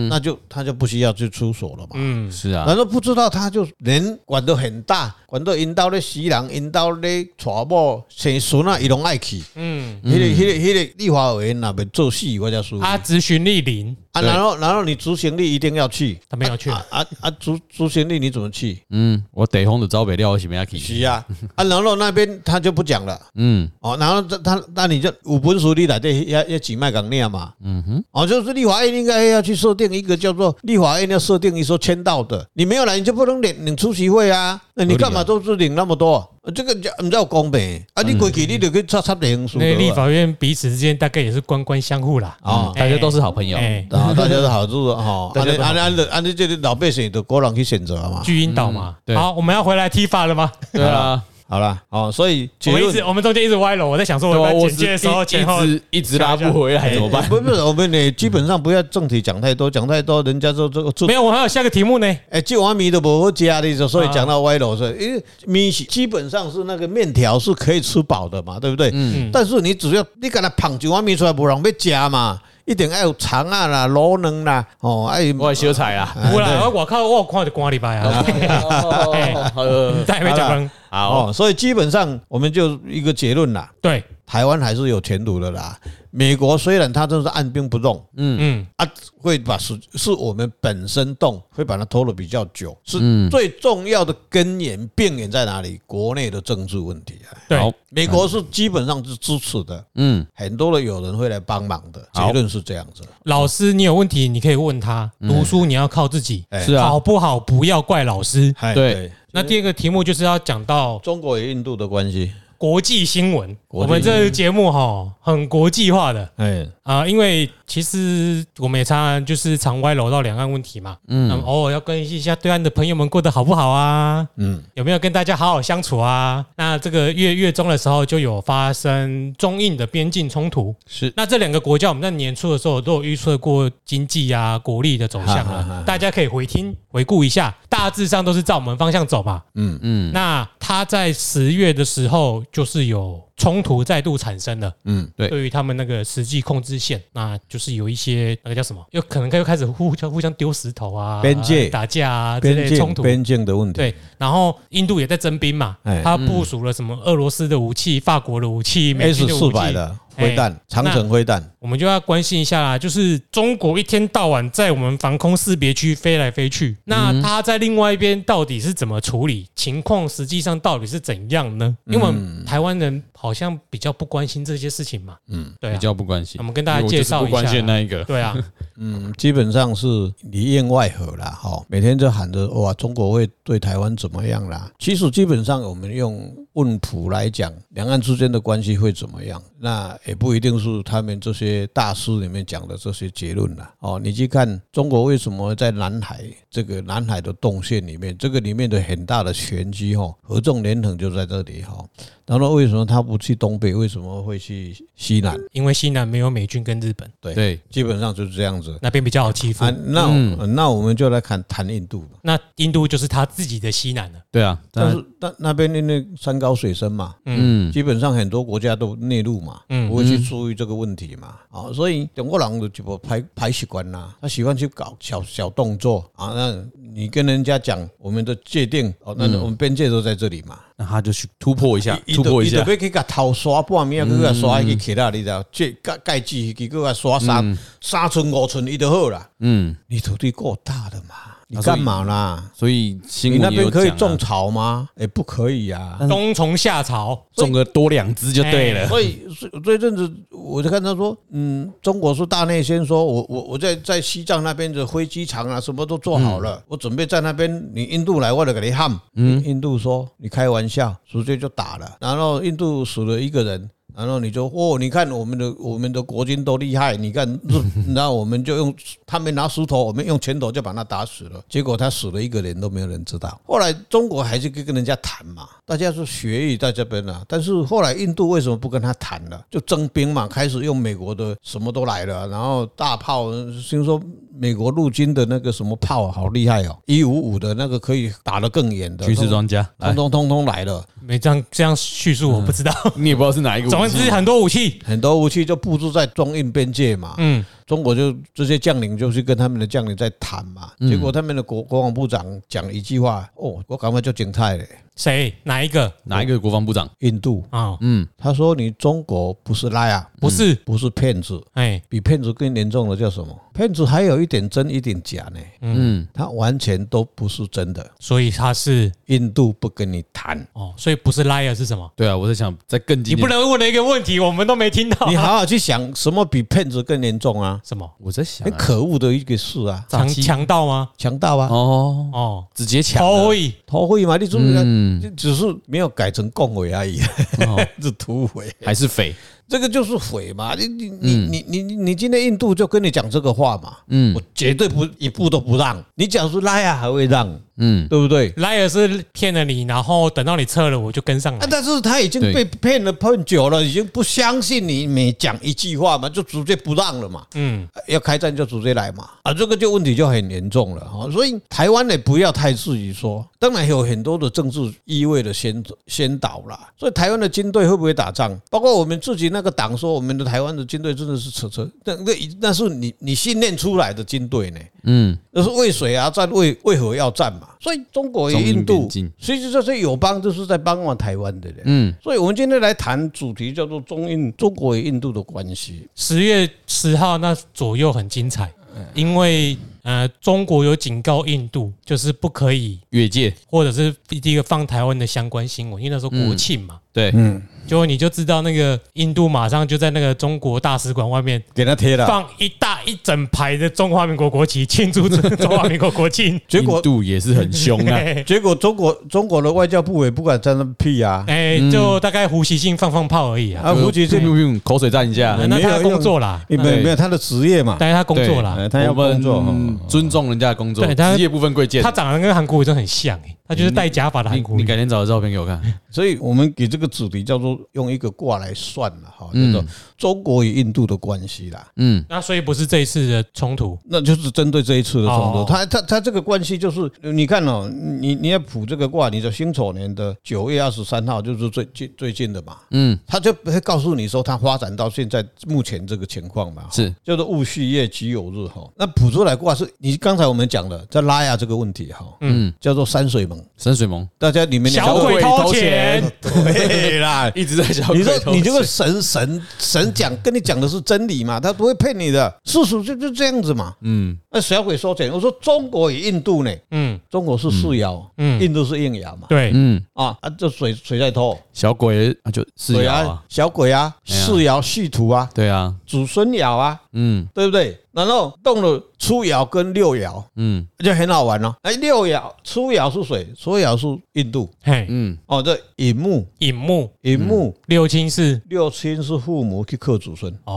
C: 那就他就不需要去出手了嘛。
B: 嗯，
A: 是啊，
C: 然后不知道他就人管得很大，管到引导咧死人，引导咧娶某生孙啊，伊拢爱去。
B: 嗯，
C: 迄个、迄个、迄个立法委员呐，边做戏，我家输
B: 啊，
C: 啊
B: 执行力零，
C: 啊，
A: 对
C: 然后然后你执行力一定要去
B: 他们要去，
C: 啊啊啊，执执行力你怎么去？
A: 嗯，我得红的招北料，我是没要
B: 嗯
A: 去。
C: 是啊，啊，然后那边他就不讲了。
A: 嗯，
C: 哦，然后这他那你就五本书你来这要要几卖港念嘛，嗯哼，哦，就是立法院应该要去设定一个叫做立法院要设定一说签到的，你没有来你就不能领领出席费啊，那你干嘛都是领那么多？呃这个叫你叫公平啊，你过去你就去插插点书
B: 那立法院彼此之间大概也是官官相护啦。
C: 啊。
A: 嗯大家都是好朋友。
B: 哦哎，
C: 啊，大家都好哦处 哈，
A: 大
C: 按
A: 家
C: 你
A: 都好嗯
C: 按你按你按你这里老百姓的个人去选择嘛。
B: 巨婴岛嘛。
A: 对
B: 好，我们要回来踢法了吗？
A: 对啊，
C: 好了，哦，所以
B: 我
C: 结
B: 们一
C: 论
B: 直我们中间一直歪了，我在想说
A: 对啊，
B: 我
A: 我
B: 在
A: 是
B: 简介的时候
A: 一
B: 前后
A: 一直一直拉不回来，怎么办？
C: 哎不不，我们呢基本上不要正题讲太多，讲太多人家就就就
B: 没有，我还有下个题目呢。
C: 哎，这碗米都不好吃的，所以讲到歪楼，所以因为米是基本上是那个面条是可以吃饱的嘛，对不对？
B: 嗯
C: 但是你只要你给它捧一碗米出来，不让要吃嘛，一定要有肠啊啦、卤卵啦，哦，哎，
A: 我也小啊菜啦。
B: 不啦，我我靠，我有看就瓜礼拜啊， 你 再没讲分。
A: 好，
C: 哦，所以基本上我们就一个结论啦，
B: 对，
C: 台湾还是有前途的啦。美国虽然它真是按兵不动，
B: 嗯，
C: 啊，会把是是我们本身动，会把它拖得比较久，
A: 嗯
C: 是最重要的根源病源在哪里？国内的政治问题啊，
B: 对
A: 好，
C: 美国是基本上是支持的，
A: 嗯，
C: 很多的有人会来帮忙的，
A: 好
C: 结论是这样子。
B: 老师你有问题你可以问他，读书你要靠自己，
C: 哎
A: 是嗯啊
B: 好不好？不要怪老师。
C: 嗨
A: 对，
B: 那第二个题目就是要讲到
C: 哎中国与印度的关系，
B: 国际新闻，
C: 国
B: 我
C: 际
B: 们这个节目哈很国际化的。
C: 哎，
B: 啊、因为其实我们也常常就是常歪楼到两岸问题嘛，嗯，那么偶尔要关心一下对岸的朋友们过得好不好啊，
C: 嗯，
B: 有没有跟大家好好相处啊？那这个月月中的时候就有发生中印的边境冲突，
A: 是
B: 那这两个国家我们在年初的时候都有预测过经济啊、国力的走向
C: 哈哈哈
B: 啊，大家可以回听回顾一下，大致上都是照我们方向走嘛，
C: 嗯
B: 嗯，那他在十月的时候就是有冲突再度产生了。
C: 嗯，
A: 对
B: 对于他们那个实际控制线，那就是有一些那个叫什么，又可能又开始互相互相丢石头啊，
C: 边界
B: 打架啊之
C: 边
B: 类的冲
C: 境
B: 突。
C: 边境的问题，
B: 对，然后印度也在征兵嘛
C: 哎，
B: 他部署了什么俄罗斯的武器、法国的武器、美军
C: S
B: 的
C: 哎四
B: 武器
C: 百。的灰弹，长
B: 那
C: 城灰弹，
B: 我们就要关心一下啦，就是中国一天到晚在我们防空识别区飞来飞去，那他在另外一边到底是怎么处理？情况实际上到底是怎样呢？
A: 嗯
B: 因为我们台湾人好像比较不关心这些事情嘛。嗯，对
A: 比
B: 啊，
A: 较不关心
B: 我。们跟大家介绍一
A: 不关
B: 下
A: 心
B: 啦。
A: 那一个。
B: 对啊，
C: 嗯，基本上是里应外合啦，哈，每天就喊着哇，中国会对台湾怎么样啦？其实基本上我们用问谱来讲，两岸之间的关系会怎么样，那也不一定是他们这些大师里面讲的这些结论啦。哦，你去看中国为什么在南海这个南海的动线里面，这个里面的很大的玄机哈，合纵连横就在这里哈。然后为什么他不去东北，为什么会去西南？
B: 因为西南没有美军跟日本，
A: 对，
C: 基本上就是这样子。
B: 那边比较好欺负
C: 啊。，那、
A: 嗯
C: 那我们就来看谈印度吧。
B: 那印度就是他自己的西南了。
A: 对啊，
C: 但
A: 但
C: 是那那边因为山高水深嘛，
A: 嗯，
C: 基本上很多国家都内陆嘛，
B: 嗯
C: 不会去注意这个问题嘛。啊，所以中国人就不排排习惯啦，他喜欢去搞小小动作啊。那你跟人家讲我们的界定哦，那我们边界都在这里嘛，
A: 那他就去突破一下，
C: 伊
A: 嗯啊突破一
C: 伊
A: 下嗯
C: 就。要去甲头刷半暝，去甲刷去起啦，你知道？这盖盖子去甲刷三三寸五寸，伊就好啦。
A: 嗯，
C: 你土地够大的嘛，你
A: 啊所以
C: 干嘛啦？
A: 所以新
C: 你
A: 闻
C: 那
A: 也有
C: 边可以
A: 讲啊
C: 种草吗？哎、不可以啊。
B: 冬虫夏草，哎
A: 种个多两嗯只就对了。
C: 所以所以这阵子我就看他说，嗯，中国是大内先说，我我我在在西藏那边的飞机场啊，什么都做好了，我准备在那边，你印度来，我就给你焊。嗯，印度说你开玩笑，直接就打了，然后印度死了一个人。然后你就哦，你看我们的我们的国军多厉害，你看日， 然后我们就用他们拿石头，我们用拳头就把他打死了。结果他死了一个人都没有人知道。后来中国还是跟跟人家谈嘛，大家是学艺在这边啊，但是后来印度为什么不跟他谈了？就征兵嘛，开始用美国的什么都来了，然后大炮，听说美国陆军的那个什么炮好厉害哦，一五五的那个可以打得更远的，
A: 局势专家，
C: 通
A: 来，
C: 通通通来了。
B: 没这样这样叙述我不知道。
A: 嗯 你也不知道是哪一个武器。
B: 总之很多武器，
C: 很多武器就布置在中印边界嘛，
B: 嗯，
C: 中国就这些将领就去跟他们的将领在谈嘛，结果他们的国国防部长讲一句话，哦，我赶快就警菜嘞，
B: 谁哪一个
A: 哪一个国防部长？
C: 印度，
B: 啊？
A: 嗯，
C: 他说你中国不是拉呀，
B: 不是，
C: 不是骗子，
B: 哎，
C: 比骗子更严重的叫什么？骗子还有一点真一点假呢，
A: 嗯，
C: 他完全都不是真的。
B: 所以他是
C: 印度不跟你谈，
B: 哦，所以不是 liar 是什么？
A: 对啊，我在想再更
B: 你
A: 进，
B: 不，能问的一个问题，我们都没听到。
C: 你好好去想什么比骗子更严重啊？
B: 什么
A: 我在想
C: 很
A: 啊
C: 可恶的一个事啊，
A: 诈
B: 强
A: 欺
B: 强盗吗？
C: 强盗啊，
A: 哦，
B: 哦，
A: 直接抢了，
B: 逃逸
C: 偷会嘛，你只是
A: 嗯，
C: 只是没有改成共匪而已，
A: 哦
C: 是土匪，
A: 还是匪，
C: 这个就是匪嘛。你你你你你你今天印度就跟你讲这个话嘛，
A: 嗯
C: 我绝对不一步都不让。你讲出拉呀还会让，
A: 嗯，
C: 对不对？
B: ，liar 是骗了你，然后等到你撤了，我就跟上
C: 啊
B: 来，。
C: 但是他已经
A: 对
C: 被骗了骗久了，已经不相信你每讲一句话嘛，就直接不让了嘛。
B: 嗯，
C: 要开战就直接来嘛，啊，这个就问题就很严重了哈。所以台湾呢，不要太至于说，当然有很多的政治意味的先先导啦。所以台湾的军队会不会打仗，包括我们自己那个党说我们的台湾的军队真的是扯扯，那那那是你你训练出来的军队呢，
A: 嗯，
C: 那是为谁而战，为为何要战嘛？所以中国与
A: 中印
C: 印度
A: 边境，
C: 其实这些友邦都是在帮忙台湾的人。
A: 嗯，
C: 所以，我们今天来谈主题叫做中印中国与印度的关系。
B: 十月十号那左右很精彩，
C: 嗯
B: 因为呃，中国有警告印度，就是不可以，
A: 越界，
B: 或者是第一个放台湾的相关新闻，因为那时候国庆嘛，
A: 对，
C: 嗯
B: 结果你就知道那个印度马上就在那个中国大使馆外面
C: 给他
A: 啊
C: 贴，
B: 放一大一整排的中华民国国旗，庆祝中华民国国庆。
C: 结果
A: 印度也是很凶啊，
B: 哎、
C: 结果中国中国的外交部也不敢沾那屁啊，
B: 哎就大概胡锡进放放炮而已啊，
C: 啊，胡锦进
A: 用口水战一下，
B: 那他的
C: 没有用
B: 工作啦，
C: 你
A: 对
C: 们没有他的职业嘛？
B: 但是他工作啦，
C: 哎他要
A: 我们
C: 工作哦
A: 尊重人家的工作，
B: 对他
A: 职业部分贵贱
B: 他。长得跟韩国瑜真的很像、欸，他就是戴假发的
A: 你
B: 韩国
A: 嗯你
B: 瑜。
A: 改天找个照片给我看，
C: 所以我们给这个主题叫做用一个卦来算了哈，叫做中国与印度的关系啦。
A: 嗯
B: 那所以不是这一次的冲突，
C: 那就是针对这一次的冲突
B: 哦，
C: 他他他这个关系就是，你看哦，你你要卜这个卦，你的辛丑年的九月二十三号就是最近最近的嘛，
A: 嗯，
C: 他就会告诉你说他发展到现在目前这个情况嘛，
A: 是
C: 叫做戊戌夜己酉日哈。那卜出来卦是你刚才我们讲的在拉雅这个问题哈，嗯，叫做山水盟，
A: 深水萌
C: 大家你们两
B: 小
C: 个
B: 鬼
A: 小
B: 掏
A: 鬼
B: 钱
A: 掏，。
C: 对 啦
A: 一直在小
C: 你说你这个神神神讲跟你讲的是真理嘛，他不会骗你的，事实就就这样子嘛。
A: 嗯
C: 那小鬼收钱，我说中国与印度呢，
B: 嗯
C: 中国是四爻，
B: 嗯，
C: 印度是硬爻嘛，
B: 对，
A: 嗯，
C: 啊啊，这水水在偷，
A: 小鬼啊就四
C: 水
A: 爻
C: 啊
A: 啊，，
C: 小鬼啊，
A: 哎呀
C: 四爻续土啊，
A: 对啊，
C: 祖孙爻啊，
A: 嗯
C: 对不对？然后动了初爻跟六爻，
A: 嗯
C: 就很好玩哦。哎，六爻初爻是水，初爻是印度
B: 嘿，
A: 嗯
C: 哦，嗯这寅木，
B: 尹木
C: 寅木
B: 六亲是
C: 六亲是父母去克祖孙，
B: 哦，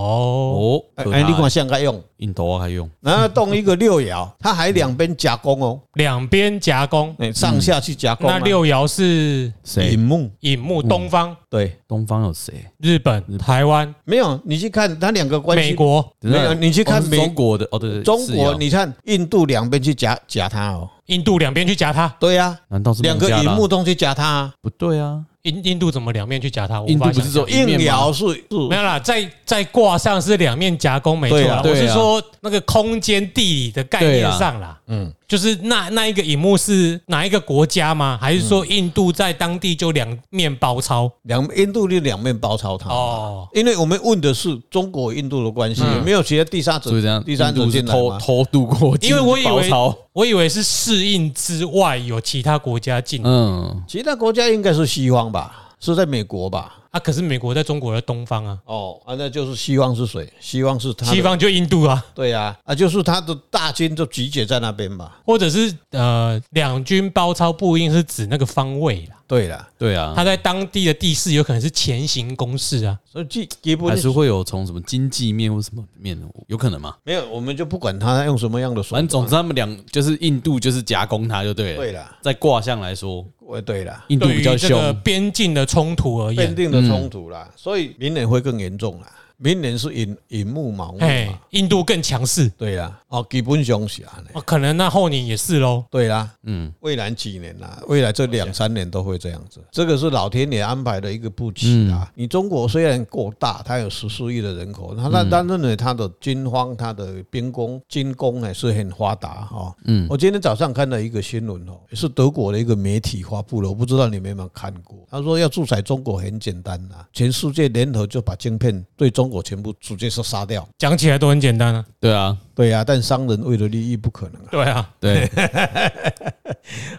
A: 哦，
C: 哎，
A: 可
C: 哎你
A: 怕
C: 看像该用，
A: 印度啊还用，
C: 然后动一个六爻，它还两边夹攻哦，
B: 两边夹攻，
C: 哎，上下去夹攻啊。
B: 那六爻是
A: 谁
C: 寅？木
B: 尹木东方、
C: 对，
A: 东方有谁？
B: 日本、台湾、
C: 没有你去看它两个关
B: 美
C: 系，
B: 国、
A: 等一下
C: 没有你去看
A: 哦是
C: 美
A: 中国的哦，对对，
C: 中
A: 四
C: 国
A: 爻
C: 你看印度两边去夹夹它哦，
B: 印度两边去夹它。
C: 对呀，
A: 难道是
C: 两个
A: 孟加
C: 寅
A: 拉
C: 木东去夹它啊，
A: 不对啊？
B: 印印度怎么两面去夹它？我
A: 印度
B: 无法
A: 不是
B: 想
A: 只有
B: 象
A: 一
C: 硬
A: 面吗
C: 爻是
B: 没
C: 是
B: 有啦，在在卦上是两面夹攻，没错
C: 对
B: 啦
C: 啊。
B: 我
A: 对
B: 是
A: 啊
B: 说那个空间地理的概
A: 对啊
B: 念
A: 啦
B: 上啦，嗯，就是那那一个荧幕是哪一个国家吗？还是说
A: 嗯
B: 印度在当地就两面包抄？
C: 两印度就两面包抄
A: 啊
C: 它。
B: 哦，
C: 因为我们问的是中国与印度的关系，有没有其他第三者
A: 嗯所以这样，
C: 第
A: 印
C: 三者
A: 度是
C: 进来
A: 偷
C: 吗？
A: 偷渡过境，
B: 因为我以
A: 包
B: 为
A: 抄
B: 我以为是适应之外有其他国家进来
A: 嗯，
C: 其他国家应该是西方吧，是在美国吧？
B: 啊，可是美国在中国的东方啊，
C: 哦，啊，那就是西方是谁？西方是他的
B: 西方就印度啊，
C: 对呀、啊，就是他的大军就集结在那边嘛。
B: 或者是呃两军包抄不一定是指那个方位啦，
C: 对了，
A: 对啊，
B: 它在当地的地势有可能是前行攻势啊。
C: 所以基基
A: 还
C: 本
A: 是会有从什么经济面或什么面，有可能嘛？
C: 没有，我们就不管他用什么样的手
A: 反
C: 段。
A: 正总之他们两就是印度就是夹攻他就对了。
C: 对了，
A: 在卦象来说，
C: 呃，对了，
A: 印度
B: 对
A: 比
B: 于
A: 较
B: 这个
A: 凶。
B: 边境的冲突而
C: 奠
B: 言，
A: 嗯
C: 定的冲突啦，所以明年会更严重啦。明年是引引木盲目
B: 哎
C: 嘛，，
B: 印度更强势，
C: 对啦，哦，基本上是安尼，
B: 哦，可能那后年也是喽。
C: 对啦，
A: 嗯，
C: 未来几年啦、未来这两三年都会这样子，这个是老天爷安排的一个布局啦。你中国虽然够大，它有十四亿的人口，它但但认为它的军方、它的兵工、军工还是很发达哈、嗯，我今天早上看到一个新闻哦，是德国的一个媒体发布的，我不知道你们有没有看过。他说要制裁中国很简单啦、全世界联合就把晶片对中国全部直接是杀掉。
B: 讲起来都很简单啊，
A: 对啊，
C: 对呀、但商人为了利益不可能啊。
B: 对啊，
A: 对，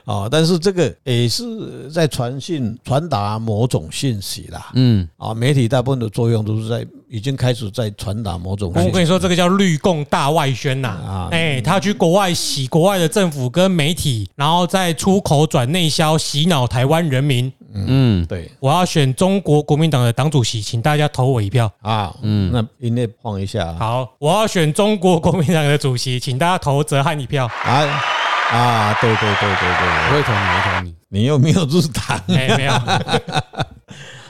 C: 啊，但是这个也是在传信传达某种信息啦。
A: 嗯，
C: 啊，媒体大部分的作用都是在已经开始在传达某种
B: 我
C: 信
B: 跟你
C: 息。
B: 说，这个叫绿共大外宣呐、
C: 啊
B: 哎，他去国外洗国外的政府跟媒体，然后再出口转内销，洗脑台湾人民。
A: 嗯，
C: 对
B: 我要选中国国民党的党主席，请大家投我一票。
C: 啊，嗯，那音乐放一下啊
B: 好，我要选中国国民党的主席，请大家投泽汉 一票。
C: 啊啊，对对对对
A: 我会
C: 对，
A: 投你，我会投你。
C: 你又没有入党
B: 哎，没有，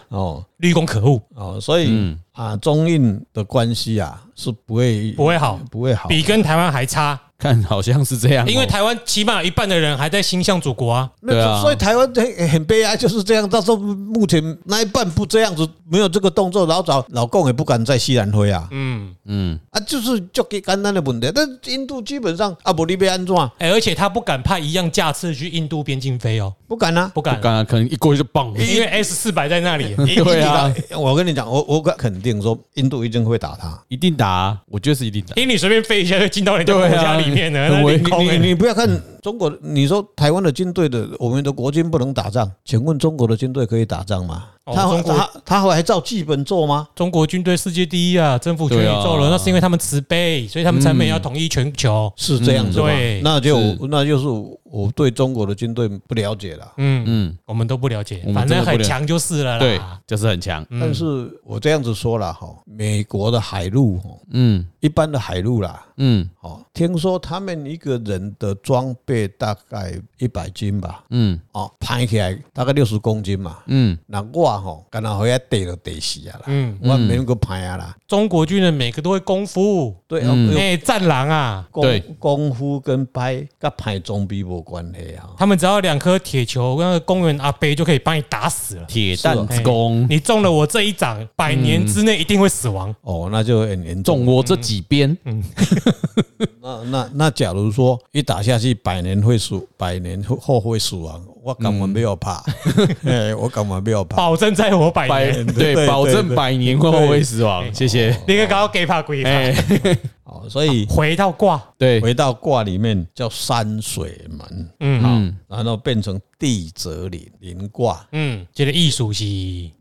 C: 哦
B: 绿共可恶，
C: 哦，所以
A: 嗯
C: 啊，中印的关系啊是不会
B: 不会好，
C: 不会好。
B: 比跟台湾还差，
A: 看，好像是这样哦，
B: 因为台湾起码有一半的人还在心向祖国啊。
C: 那
A: 对啊
C: 所以台湾很很悲哀，就是这样。到时候目前那一半不这样子，没有这个动作，然后找老共也不敢在西南挥啊。
B: 嗯，
A: 嗯，
C: 啊，就是就给简单的问题。但是印度基本上啊，无你要安怎
B: 哎，而且他不敢派一样架次去印度边境飞哦，
C: 不敢啊。
B: 不敢
A: 刚，刚可能一过去就棒了，
B: 因为 S 四百在那里。
A: 对啊，
C: 我跟你讲，我我敢肯定说，印度一定会打他。
A: 一定打啊，我觉得是一定打。
B: 因为你随便飞一下就进到人家国家里面了，
A: 对啊
B: 那
A: 很
B: 领
A: 危
B: 空
C: 你
B: 哎、
C: 你不要看中国，你说台湾的军队的，我们的国军不能打仗，请问中国的军队可以打仗吗？
B: 哦
C: 他
B: 中国
C: 他他还照剧本做吗？
B: 中国军队世界第一啊，征服全宇宙了，
A: 对啊
B: 那是因为他们慈悲，所以他们才没有要统一全球。
C: 是这样子吗？
B: 嗯对
C: 那就是那就是我对中国的军队不了解了。
B: 嗯，
A: 嗯，
B: 我们都不了解
A: 我，们
B: 反正
A: 真的不
B: 很
A: 了解
B: 强就是了啦。
A: 对，就是很强。
B: 嗯
C: 但是我这样子说了哈，美国的海陆哈，
A: 嗯
C: 一般的海陆啦，
A: 嗯
C: 哦，听说他们一个人的装备大概一百斤吧，
A: 嗯
C: 哦，攀起来大概六十公斤嘛。
A: 嗯
C: 那我吼，干那回来跌就跌死啊啦，
B: 嗯，
C: 我没能够攀啊啦。
B: 中国军人每个都会功夫，
C: 对，
A: 嗯
C: 有
B: 哎、战狼啊，
A: 对
C: 功功夫跟拍跟拍装备无关系啊。
B: 他们只要两颗铁球，那个公园阿伯就可以把你打死了。
A: 铁蛋之
C: 嗯
A: 功，
B: 你中了我这一掌，百年之内一定会死亡。
C: 哦，那就很严
A: 中
C: 重。
A: 我这几鞭，
C: 那那那，假如说一打下去，百年会死，百年后会死亡，我根本没有怕， 哎，我根本没 有怕。
B: 保证在我百
A: 百
B: 年，
A: 嗯对，哦保证百年后不会死亡。谢谢。
B: 你个搞给怕鬼
A: 哎
B: 怕，，
C: 哦，所以
B: 回到卦，
A: 对，
C: 回到卦里面叫山水门。
B: 嗯
A: 嗯
C: 然后变成地泽林林卦，
B: 嗯，这个艺术是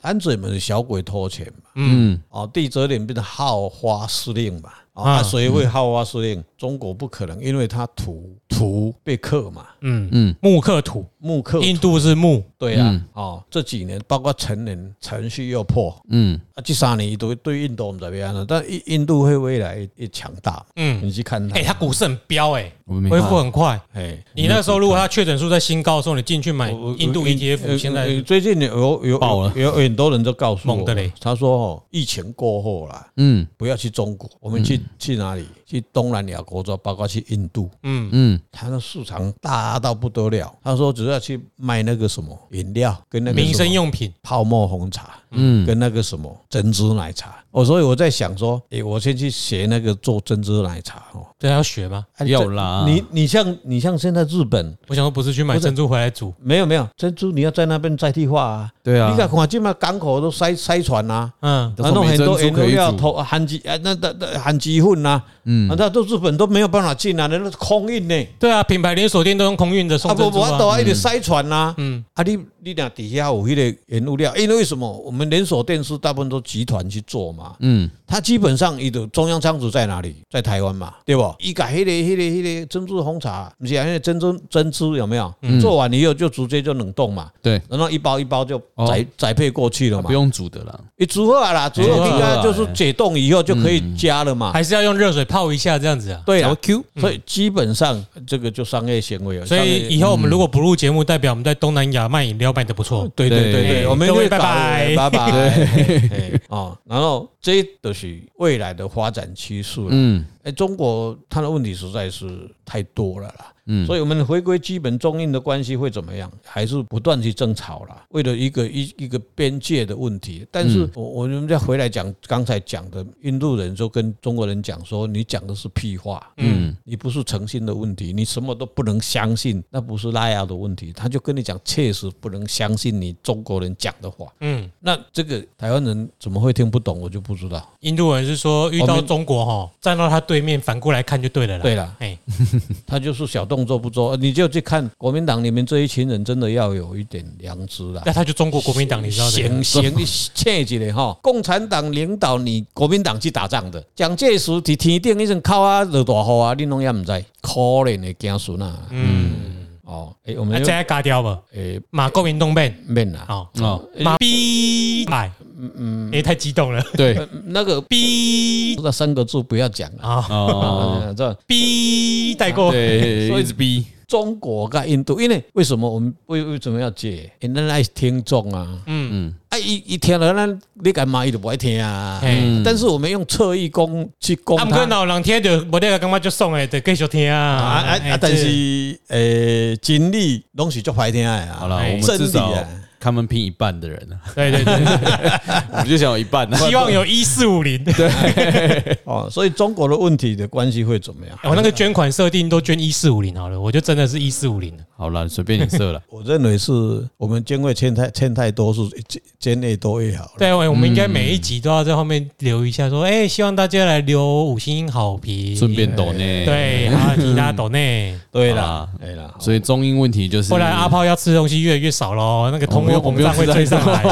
C: 安水门是小鬼偷钱嘛，
A: 嗯，
C: 哦，地泽林变成好花司令嘛，哦
B: 啊
C: 啊，谁会好花司令？中国不可能，因为他土土被克嘛，
B: 嗯嗯
A: 嗯，
B: 木克土，
C: 木克
B: 印度是木，
C: 对啊
A: 嗯，
C: 哦，这几年包括成人程序又破
A: 嗯
C: 啊，这三年都对印度我们怎么样了？但印印度会未来越强大，
B: 嗯，
C: 你去看它
B: 哎，，它股市很飙，哎，
A: 我们没
B: 恢
A: 看
B: 复很快。
C: 哎，
B: 你那时候如果它确诊数在新高的时候，你进去买
C: 我我
B: 印度
C: 我呃
B: ETF，现
C: 呃
B: 在
C: 最近有有
A: 爆了
C: 有有很多人都告诉
B: 猛的嘞
C: 我，他说哦，疫情过后啦。
A: 嗯
C: 不要去中国，我们去、去哪里？去东南亚国家，包括去印度，
B: 嗯，
A: 嗯
C: 它的市场大到不得了。他说只要去卖那个什么饮料，跟那个
B: 民
C: 什
B: 生
C: 么
B: 用品，
C: 泡沫红茶，
A: 嗯
C: 跟那个什么珍珠奶茶。哦，所以我在想说，诶、我先去学那个做珍珠奶茶哦。
B: 这要学吗？
C: 啊
A: 要
C: 这
A: 啦
C: 你你像你像现在日本
B: 我想说不是去买珍珠回来煮，
C: 没有没有珍珠，你要在那边在地化啊。
A: 对啊
C: 你看看，今嘛港口都塞塞船啊。
B: 嗯，
A: 都
C: 啊，
A: 说
C: 弄
A: 没
C: 很多
A: 珍
C: 很
A: 珠
C: 多
A: 可以
C: 料
A: 煮
C: 头含鸡啊，那那那含鸡混呐，嗯，那到日本都没有办法进啊，那都是空运呢，
B: 对啊，品牌连锁店都用空运的
C: 啊
B: 送
C: 不
B: 珍珠
C: 不，都
B: 啊，
C: 啊一直塞船呐，
B: 嗯
C: 嗯，啊你你俩底下有迄个原物料，因为为什么我们连锁店是大部分都集团去做嘛，
A: 嗯
C: 它基本上伊的中央仓储在哪里？在台湾嘛，对不？伊改迄个迄个迄个珍珠红茶，不是啊，那个珍珠珍珠有没有？做完以后就直接就冷冻嘛，
A: 对，
C: 然后一包一包就
A: 哦
C: 宅宅配过去了嘛
A: 不。用煮的啦。
C: 你煮好了啦，煮好应该就是解冻以后就可以加了嘛。
B: 还是要用热水泡一下这样子啊。
C: 啊对啊，
A: Q，
C: 所以基本上这个就商业行为了。
B: 所以以
C: 后
B: 后我们如果不录节目，代表我们在东南亚卖饮料卖得不错。嗯
C: 对对对
A: 对
C: 对，我们
B: 各位
C: 就搞
B: 拜拜
C: 拜拜。哎啊，然后这都是未来的发展趋势了。
A: 嗯
C: 哎，中国它的问题实在是太多了啦。
A: 嗯，
C: 所
A: 以
C: 以我们回归基本中印的关系会怎么样？还是不断去争吵啦，为了一个一一个边界的问题。但是
A: 嗯
C: 我我们再回来讲刚才讲的，印度人就跟中国人讲说，你讲的是屁话。
A: 嗯
C: 你不是诚信的问题，你什么都不能相信，那不是拉雅的问题。他就跟你讲，确实不能相信你中国人讲的话。
B: 嗯，
C: 那这个台湾人怎么会听不懂？我就不知道。
B: 印度人是说遇
C: 我
B: 到
C: 们
B: 中国哈，站到他对面反过来看就对了啦。
C: 对了，
B: 哎，
C: 他就是小动作不做，呃你就去看国民党，你们这一群人真的要有一点良知啦。
B: 那他就中国国民党，你知道啊的。
C: 行行切记嘞哈！共产党领导你国民党去打仗的，蒋介石伫天顶一阵哭啊，落大雨啊，你拢也唔知，可怜的子孙啊！
B: 嗯，
C: 哦，诶、我
B: 那
C: 们
B: 这样嘎掉吧，
C: 诶
B: 马国民东变
C: 面啊啦，
B: 好，
A: 哦，
B: 马
C: 哎
B: 逼买，嗯嗯，哎，太激动了，
A: 对
C: 呃那个
B: 逼
C: 那三个字不要讲了
B: 啊，
A: 哦，
C: 啊，这
B: 逼带 过，
A: 对，
C: 所以
A: 一直逼，
C: 中国跟印度，因为为什么我们为为什么要借？因为咱爱听众啊，
B: 嗯
C: 啊，一一听了，咱你干嘛伊就不爱听啊？
B: 哎，
A: 嗯
C: 但是我们用侧翼攻去攻
B: 啊，不过
C: 他。
B: 老人听就无得个感觉就爽诶，就继续听啊
C: 啊啊
B: 嘿
C: 啊！但是诶，经历拢是足歹听的啊。
A: 好了，
B: 哎
A: 我们
C: 真
A: 至
C: 理
A: 少
C: 啊
A: 他们拼一半的人啊，
B: 这对对 对，
A: 我们就想有一半啊，
B: 希望有一四五零。
C: 哦，所以中国的问题的关系会怎么样？，
B: 我哦那个捐款设定都捐一四五零好了，我就真的是一四五零了。
A: 好了，随便你设了
C: 我认为是我们经费欠太欠太多，是兼兼越多越好。，
B: 对，我们应该每一集都要在后面留一下，说，哎、
A: 嗯
B: 希望大家来留五星好评，
A: 顺便抖呢，
B: 对，好，
A: 嗯
B: 其他抖内。
C: 对
A: 好
C: 啦
A: 啦，
C: 对啦。哦
A: 所以中英问题就是，
B: 后来阿炮要吃东西越来越少喽，那个
A: 我
B: 通
A: 们
B: 货
A: 又我
B: 膨
A: 们又
B: 胀会追上 来。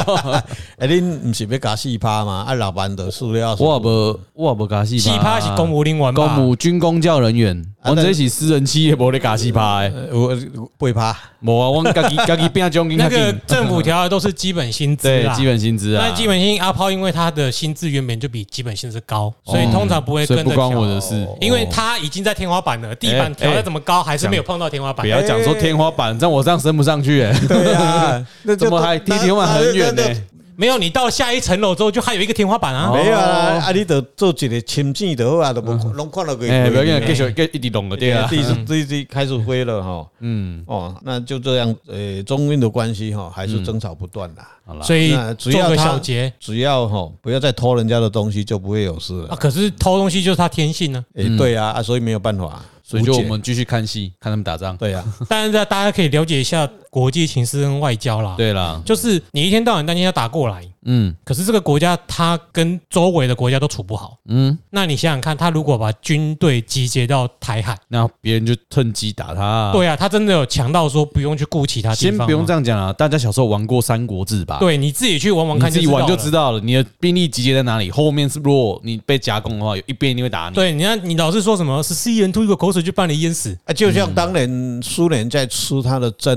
C: 哎，恁不是要加四趴吗？啊，老板的塑料
A: 我也无，我也无加戏，
B: 奇葩是公
A: 务
B: 务另外
A: 公
B: 务
A: 务军公教人员，
C: 啊
A: 我们
C: 但
A: 这起私人企业无咧加戏趴诶，
C: 呃我我八趴。
A: 无啊，我们家己家己变奖金较
B: 那
A: 紧，
B: 个政府调的都是基本薪资
A: 对
B: 啦，
A: 基本薪资啊，
B: 那基本薪阿炮因为他的薪资原本就比基本薪资高，所以
A: 哦
B: 通常不会
A: 所
B: 跟
A: 以
B: 着
A: 不关
B: 调
A: 我的事。哦哎
B: 因为他已经在天花板了，地板调的怎么高还是没有碰到天花板
A: 不。要
B: 哎
A: 讲说天花板，这样我这样升不上去哎、
C: 对呀，那就
A: 怎么还离天花板很远呢、
C: 那那
B: 没有，你到下一层楼之后就还有一个天花板啊。
A: 哦
C: 没有啊，啊，你得做一个深圳就好啊，都无拢看到个。
A: 哎、不要跟继续跟一直弄个对啊。
C: 第一第一第一开始灰了哈。
A: 嗯，
C: 哦，那就这样，呃，中印的关系哈，还是争吵不断啦。
A: 好了，
B: 所以
C: 那只
B: 做
C: 要
B: 个
C: 他
B: 小结
C: 只要哈，不要再偷人家的东西，就不会有事
B: 啊。
C: 了。
B: 可是偷东西就是他天性呢、
C: 诶，对啊，啊，所以没有办法，
A: 嗯所以就
C: 无
A: 我
C: 解
A: 们继续看戏，看他们打仗。
C: 对啊，
B: 啊。但是大家可以了解一下国际情势跟外交啦。，
A: 对啦，
B: 就是你一天到晚担心他打过来，
A: 嗯
B: 可是这个国家他跟周围的国家都处不好。
A: 嗯，
B: 那你想想看，他如果把军队集结到台海，
A: 那别人就趁机打他、啊。，
B: 对啊，他真的有强到说不用去顾其他地
A: 先
B: 方吗。
A: 不用这样讲啊，大家小时候玩过《三国志》吧？，
B: 对，你自己去玩玩
A: 你
B: 看，
A: 自己玩就知道
B: 道
A: 了。你的兵力集结在哪里？后面是如果你被夹攻的话，有一边一定会打
B: 了。
A: 你。
B: 对，你看你老是说什么十四亿人吐一口口水就把你淹死，
C: 啊，就像当年苏联在吃它的珍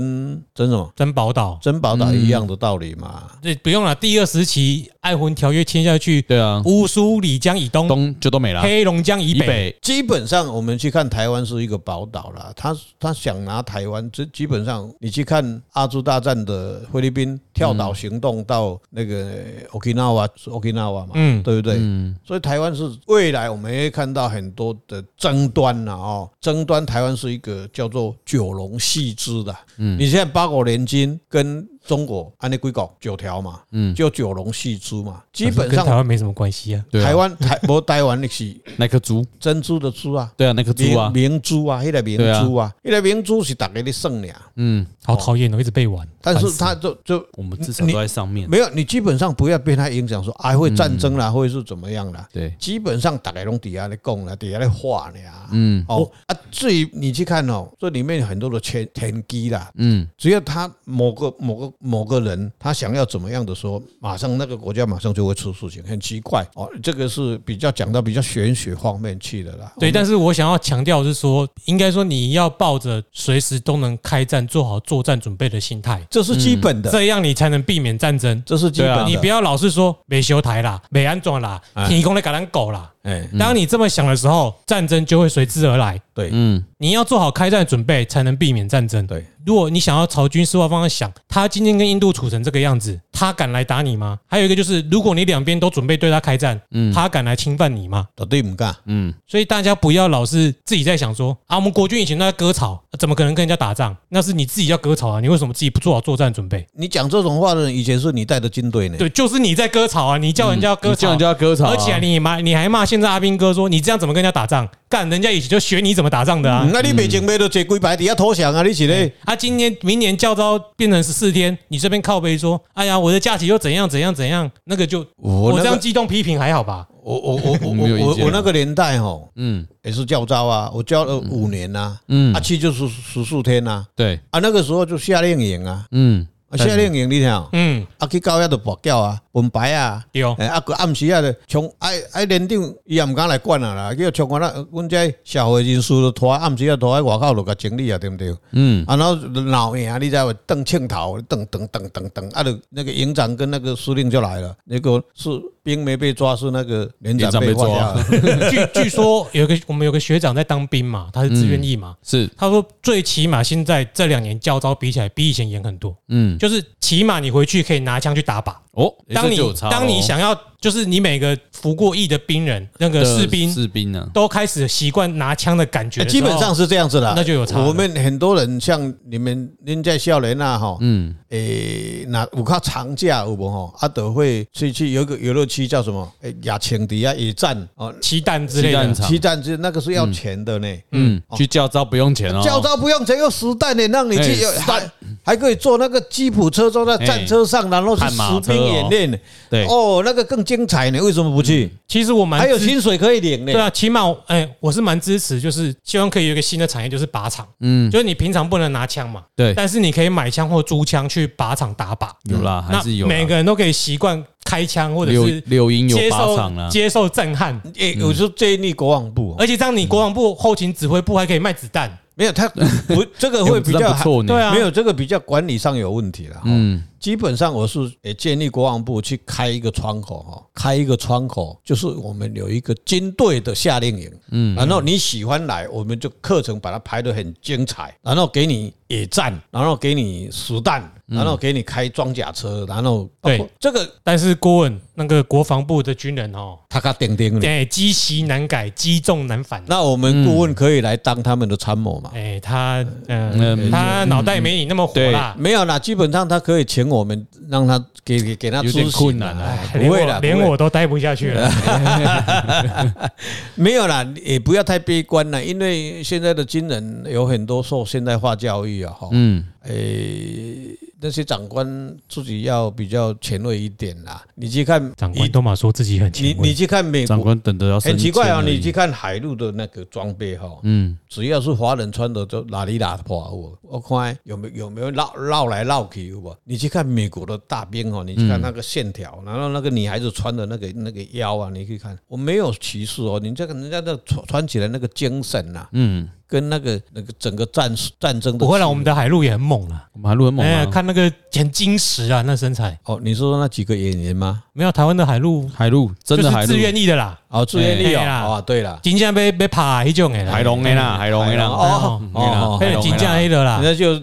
C: 珍什么
B: 珍宝岛。
C: 珍宝岛一样的道理嘛。
B: 对，不用了。第二时期爱魂条约签下去，
A: 对啊，
B: 乌苏里江以东、
A: 东就都没了。
B: 黑龙江以
A: 以
B: 北，
A: 北，
C: 基本上我们去看台湾是一个宝岛啦，他他想拿台湾，这基本上你去看阿珠大战的菲律宾跳岛行动到那个 Okinawa 是 Okinawa 嘛，
B: 嗯
C: 对不对？
A: 嗯，
C: 所以台湾是未来我们会看到很多的争端了哦，争端台湾是一个叫做九龙戏枝的，嗯，你现在八国联军跟中国安内归搞九条嘛，嗯，就九龙戏枝嘛，基本
B: 跟台
C: 上
B: 湾没什么关系啊。
A: 对啊
C: 台湾台不台湾那是
A: 那颗猪，
C: 珍珠的珠啊。
A: 对啊，那颗猪啊
C: 明，明珠啊，迄个明珠啊，迄个明珠是大家咧算俩，
A: 嗯，
B: 好讨厌哦，一直被玩。
C: 但是他就就
A: 我们至少都在上面。
C: 没有，你基本上不要被他影响，说哎会战争
A: 嗯
C: 啦，或者是怎么样啦。
A: 对，
C: 基本上大家拢底下咧讲啦，底下咧画啦。
A: 嗯
C: 哦啊，至于你去看哦，这里面有很多的天天机啦，
A: 嗯，
C: 只要他某个某个某个人他想要怎么样的时候，马上那个国家马上就会出事情，很奇怪哦。这个是比较讲到比较玄学方面去的啦。
B: 对，但是我想要强调的是说，应该说你要抱着随时都能开战、做好作战准备的心态，
C: 这是基本的，
B: 这样你才能避免战争。
C: 这是基本
A: 嗯对啊
C: 的。
B: 你不要老是说没修台啦、没安装啦、
C: 哎
B: 天空在搞咱狗啦。
C: 哎，
B: 当你这么想的时候，战争就会随之而来。
C: 对
A: 嗯，
B: 你要做好开战准备，才能避免战争。
C: 对，
B: 如果你想要朝军事化方向想，他今天跟印度处成这个样子，他敢来打你吗？还有一个就是，如果你两边都准备对他开战，
C: 嗯
B: 他敢来侵犯你吗？
C: 绝对不干。
A: 嗯，
B: 所以大家不要老是自己在想说啊，我们国军以前都在割草，怎么可能跟人家打仗？那是你自己要割草啊，你为什么自己不做好作战准备？
C: 你讲这种话的人，以前是你带的军队呢。
B: 对，就是你在割草啊，你叫人家割
A: 你这
B: 草，
A: 样就要割草啊，
B: 而且你骂你还骂现在阿兵哥说你这样怎么跟人家打仗？干，人家以前就学你怎么打仗的啊！
C: 嗯那你北京买都坐几排底下投降啊？你是
A: 嗯
C: 咧？
B: 啊，今年明年教招变成十四天，你这边靠背说，哎呀，我的假期又怎样怎样怎样，那个就
C: 我
B: 我
C: 那
B: 这
C: 个
B: 样激动批评还好吧？
C: 我我我我
A: 没有意
C: 我
A: 见啊
C: 我那个年代哦，
A: 嗯
C: 也是教招啊，我教了五年呐、啊，
A: 嗯
C: 啊，去就是十四天呐、
A: 对，
C: 啊，啊，那个时候就夏令营啊，
A: 嗯
C: 啊，夏令营你听哦，
B: 嗯，
C: 啊，去到遐就跋筊啊，分牌啊，
B: 对哦，
C: 哎，啊个暗时啊，就冲哎哎，连长伊也毋敢来管啊啦，叫冲完啦，阮这社会人士都拖暗时啊拖喺外口就甲整理啊，对毋对？
A: 嗯
C: 啊，然后闹赢，你知道瞪庆头，瞪瞪瞪瞪瞪，啊，就那个营长跟那个司令就来了，结果是兵没被抓，是那个连
A: 连
C: 长
A: 长被
C: 被换
A: 抓
C: 掉了。
B: 据嗯据说有个我们有个学长在当兵嘛，他是自愿役嘛，
A: 是
B: 他说最起码现在这两年教招比起来比以前严很多，
A: 嗯
B: 就是起码你回去可以拿枪去打靶。
A: 哦，诶
B: 当
A: 这
B: 你
A: 就有差哦
B: 当你
A: 咯
B: 想要，就是你每个服过役的兵人，那个
A: 的
B: 士兵
A: 士兵啊呢，
B: 都开始习惯拿枪的感觉的时
C: 哎基
B: 候，
C: 本上是这样子的，
B: 那就有差了
C: 我们很多人像你们您在少年啊，哈，
A: 嗯
C: 诶，那有较长假有无吼？啊，都会去去有一个游乐区叫什么？诶，亚青迪啊，野战哦，
B: 骑弹之类
A: 骑
B: 的
A: 弹。场
C: 七战之那个是要钱的呢。
A: 嗯，去教招不用钱哦，
C: 教招不用钱，又实弹的，让你
A: 哎
C: 去，还还可以坐那个吉普车，坐在战车上，然后去
A: 看马
C: 实
A: 车
C: 兵演练。
A: 对
C: 哦，那个更精彩呢，为什么不去？
B: 哎其实我蛮
C: 还有
B: 支
C: 薪水可以领呢
B: 对。啊，起码我哎、我是蛮支持，就是希望可以有一个新的产业，就是靶场。
A: 嗯
B: 就是你平常不能拿枪嘛，
A: 对，
B: 但是你可以买枪或租枪去靶场打靶。
A: 有啦，还
B: 那
A: 是有啦
B: 每个人都可以习惯开枪，或者
A: 柳
B: 是
A: 柳营有
B: 接
A: 靶场啊嗯啦
B: 受，接受震撼。
C: 诶，我是建议国防部哦，
B: 而且这样，你国防部后勤指挥部还可以卖子弹。
C: 没有他不，这个
A: 诶
C: 会
A: 我
C: 比
A: 知道
C: 较
A: 不错呢，
B: 对啊
C: 没有这个比较管理上有问题了。嗯。
A: 嗯
C: 基本上我是也建议国防部去开一个窗口哈，开一个窗口，就是我们有一个军队的夏令营，嗯，然后你喜欢来，我们就课程把它排得很精彩，然后给你野战，然后给你实弹，然后给你开装甲车，然后
B: 对
C: 包括这个
B: 但是郭文那个国防部的军人哦，
C: 他卡钉钉的，
B: 哎，积习难改，积重难返。
C: 那我们顾问可以来当他们的参谋
A: 啊
C: 嘛？
B: 哎，他嗯，
A: 嗯
B: 他脑袋没你那么火辣。
C: 没有啦，基本上他可以请我们，让他给给给他
A: 有点
C: 出
A: 困难啊
C: 哎
B: 连
C: 不会
B: 我
C: 啦，
B: 连
C: 不会
B: 我都待不下 去了。
C: 没有啦，也不要太悲观了，因为现在的军人有很多受现代化教育啊，哈，
A: 嗯
C: 诶，那些长官自己要比较前卫一点啦。你去看
B: 长官都嘛说自己很
C: 你
B: 前
C: 你
B: 卫，
C: 去看美
A: 长
C: 国，
A: 官等着要升
C: 很奇怪
A: 迁
C: 啊，
A: 而已
C: 你去看海陆的那个装备哈，
A: 嗯
C: 只要是华人穿的都邋里邋遢哦，我看有没有有没有绕绕来绕去有不？你去看美国的大兵哦，你去看那个线条，然后那个女孩子穿的那个那个腰啊，你去看，我没有歧视哦，你这个人家的穿穿起来那个精神呐、
A: 嗯，
C: 跟那个那个整个战术战争的
B: 不会啦，
C: 气
B: 我们的海陆也很猛啦。
A: 我们还录很猛
B: 哎，
A: 啊，
B: 看那个很矜持啊，那身材。
C: 哦，你是说那几个演员吗？
B: 没有台湾的海陆
A: 海陆真
B: 就
A: 的
B: 是
A: 海陆
B: 自，愿意的啦，
C: 哦，朱元丽哦，
B: 哎啦
C: 哦，对了，
B: 真正被被爬迄种的啦，
A: 海龙的
B: 哎
A: 啦，海龙的
C: 海龙
A: 啦，
C: 哦
A: 嗯
C: 哦
B: 嘿，真正迄个啦。
C: 那就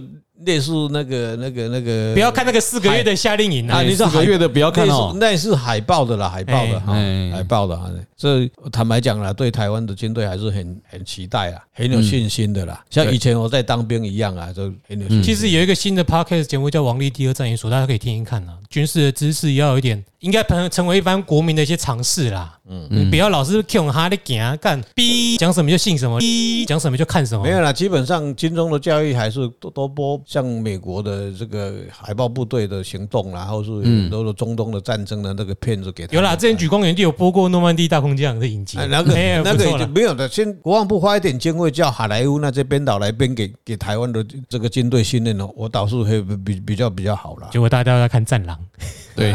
C: 类似那个那个那个，
B: 啊不要看那个四个月的夏令营啊
C: 啊，，你是
A: 哎四个
C: 海
A: 月的不要看哦
C: 那是那是海报的啦，海报的
B: 哎
C: 哈，
A: 哎
C: 海报的哈。这坦白讲啦，对台湾的军队还是很很期待啦，很有信心的
B: 嗯
C: 啦。像
A: 对
C: 以前我在当兵一样啊，就很有信
B: 其
C: 心。
B: 实有一个新的 podcast 节目叫《王力第二战研所》，大家可以听听看啊。军事的知识也要有一点，应该成成为一般国民的一些常识啦。嗯，不要老是用哈的行啊干，逼讲什么就信什么，逼讲什么就看什么。
C: 没有啦，基本上军中的教育还是多多播像美国的这个海豹部队的行动啦，或是很多的中东的战争的那个片子给他
B: 嗯
C: 们啊
B: 有啦，之前举光原地有播过诺曼底大空降的影集，
C: 哎，那个
B: 哎
C: 那
B: 不
C: 个
B: 错
C: 已
B: 啦
C: 经没有的，先国防部花一点经费叫好莱坞那些编导来编给给台湾的这个军队训练哦，我倒是会比比比较比较好啦。
B: 结果大家都在看《战狼》，
A: 对，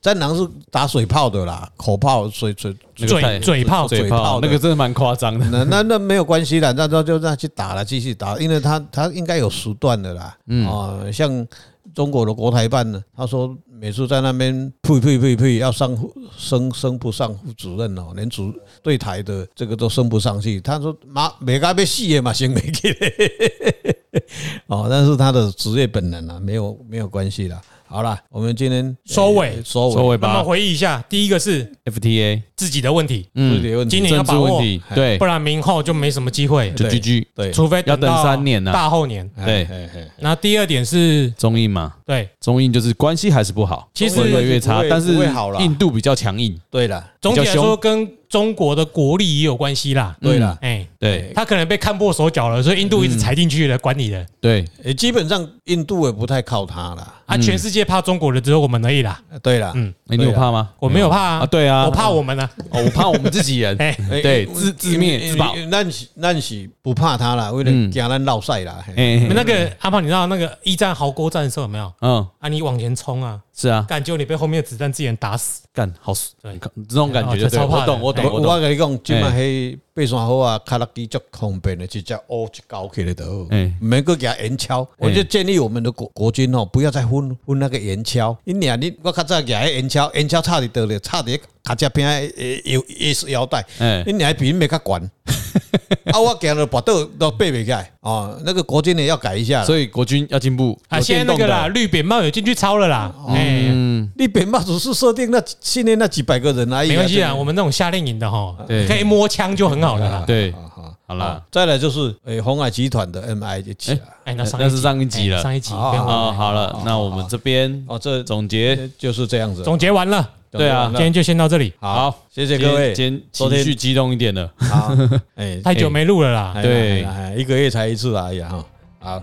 C: 战狼是打水炮的啦，口炮水水
A: 那个太
B: 嘴嘴炮
A: 嘴
C: 嘴炮
A: 炮
C: 的
A: 那个真的蛮夸张的。
C: 那那那没有关系啦，那那就让他去打了，继续打，因为他他应该有时段的啦。嗯啊、像中国的国台办呢，他说每次在那边呸呸呸呸，要上副升升不上副主任哦，连主对台的这个都升不上去。他说妈，没该被戏也嘛，行没给哦，但是他的职业本能啊，没有没有关系啦。好啦，我们今天
B: 收尾
C: 呃收尾，
A: 收尾
B: 那么
A: 吧
B: 回忆一下，第一个是
A: ，FTA，
B: 自己的问题，
C: 这些问题
B: 今年要
A: 嗯政治
B: 把握
A: 问题，对
B: 不，然明后就没什么机会，
A: 就
C: 对
A: GG，
C: 对，
B: 除非
A: 要等
B: 到
A: 三年啊
B: 大后年。
A: 对
C: 嘿，嘿嘿
B: 那第二点是，
A: 中印嘛，
B: 对，
A: 中印就是关系还是不好，
B: 其实
A: 会越来越差
C: 不，会
A: 但是
C: 不会好啦
A: 印度比较强硬，
C: 对了，
B: 总体来
A: 比较
B: 说
A: 凶
B: 跟中国的国力也有关系啦。
C: 对了。
B: 哎，
A: 对
B: 他可能被看破手脚了，所以印度一直踩进去了，管你的。
A: 对，
C: 也基本上印度也不太靠他了。
A: 嗯
B: 啊，全世界怕中国的只有我们而已啦，
C: 对了，
B: 嗯
A: 哎，你有怕吗？
B: 我没有怕
A: 啊，对啊，
B: 我怕我们啊。
A: 哦，我怕我们自己人，
B: 哎，
C: 哎
A: 对，自自灭自保，
C: 咱是咱是不怕他啦，为了
A: 嗯
C: 惊咱落赛啦。嘿
A: 哎，
B: 那个阿胖，你知道那个一战壕沟战的时候有没有？
A: 嗯，
B: 啊，你往前冲啊，
A: 是啊，
B: 感觉你被后面的子弹自己人打死。
A: 干好爽，
B: 对
A: 你看这种感觉就对
B: 哦超
A: 了，
B: 怕的
A: 我懂，我
B: 哎
A: 懂，
C: 我
A: 我
C: 我
A: 懂，
C: 跟你讲，今麦迄爬山好啊，卡拉基足方便的，直接乌一高起来就好
A: 哎，
C: 免个给他圆锹。我就建议我们的国国军哦，不要再分分那个圆锹。你俩你我较早举迄圆锹，圆锹插伫倒咧，插伫卡脚边诶腰腰腰带。
A: 哎
C: 你，俩比人没 较悬。啊，我行了跋倒都爬袂起来哦。那个国军也要改一下啦。
A: 所以国军要进步
B: 啊，
A: 有
B: 现在
A: 电
B: 那
A: 动
B: 个
A: 的哦嗯
B: 啦，绿扁帽有进去抄了啦。哎，
C: 你扁帽只是设定那训练那几百个人而已啊，
B: 没关系
C: 对
B: 啊，我们那种夏令营的哈，
A: 对
B: 可以摸枪就很好了啦。
A: 对，
C: 啊哈
A: 好啦，
C: 再来就是诶，红海集团的 MI 就起来
B: 哎，那上
A: 那是上一
B: 一
A: 集了
B: 哎上一集
C: 好
B: 不要
A: 啊，
B: 忘了
A: 好了，那我们这边
C: 哦，这
A: 总结，
C: 就是这样子。
B: 总结完了，
A: 对啊
B: 今天就先到这里，
A: 好，
C: 谢谢各位，
A: 今天
C: 昨
A: 今天情
C: 天
A: 绪激动一点了，
C: 好， 哎，
B: 太久没录了啦。
A: 对
C: 哎哎哎一个月才一次而已啊哈。好，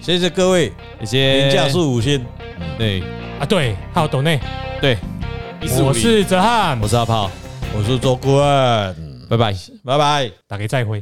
C: 谢谢各位，
A: 谢谢，
C: 评价是五星，
A: 对
B: 啊，对，还有抖内，
A: 对，145
B: 我是泽汉
A: 我，是阿炮，
C: 我是周冠，
A: 拜拜。
C: 拜拜。
B: 大家再会。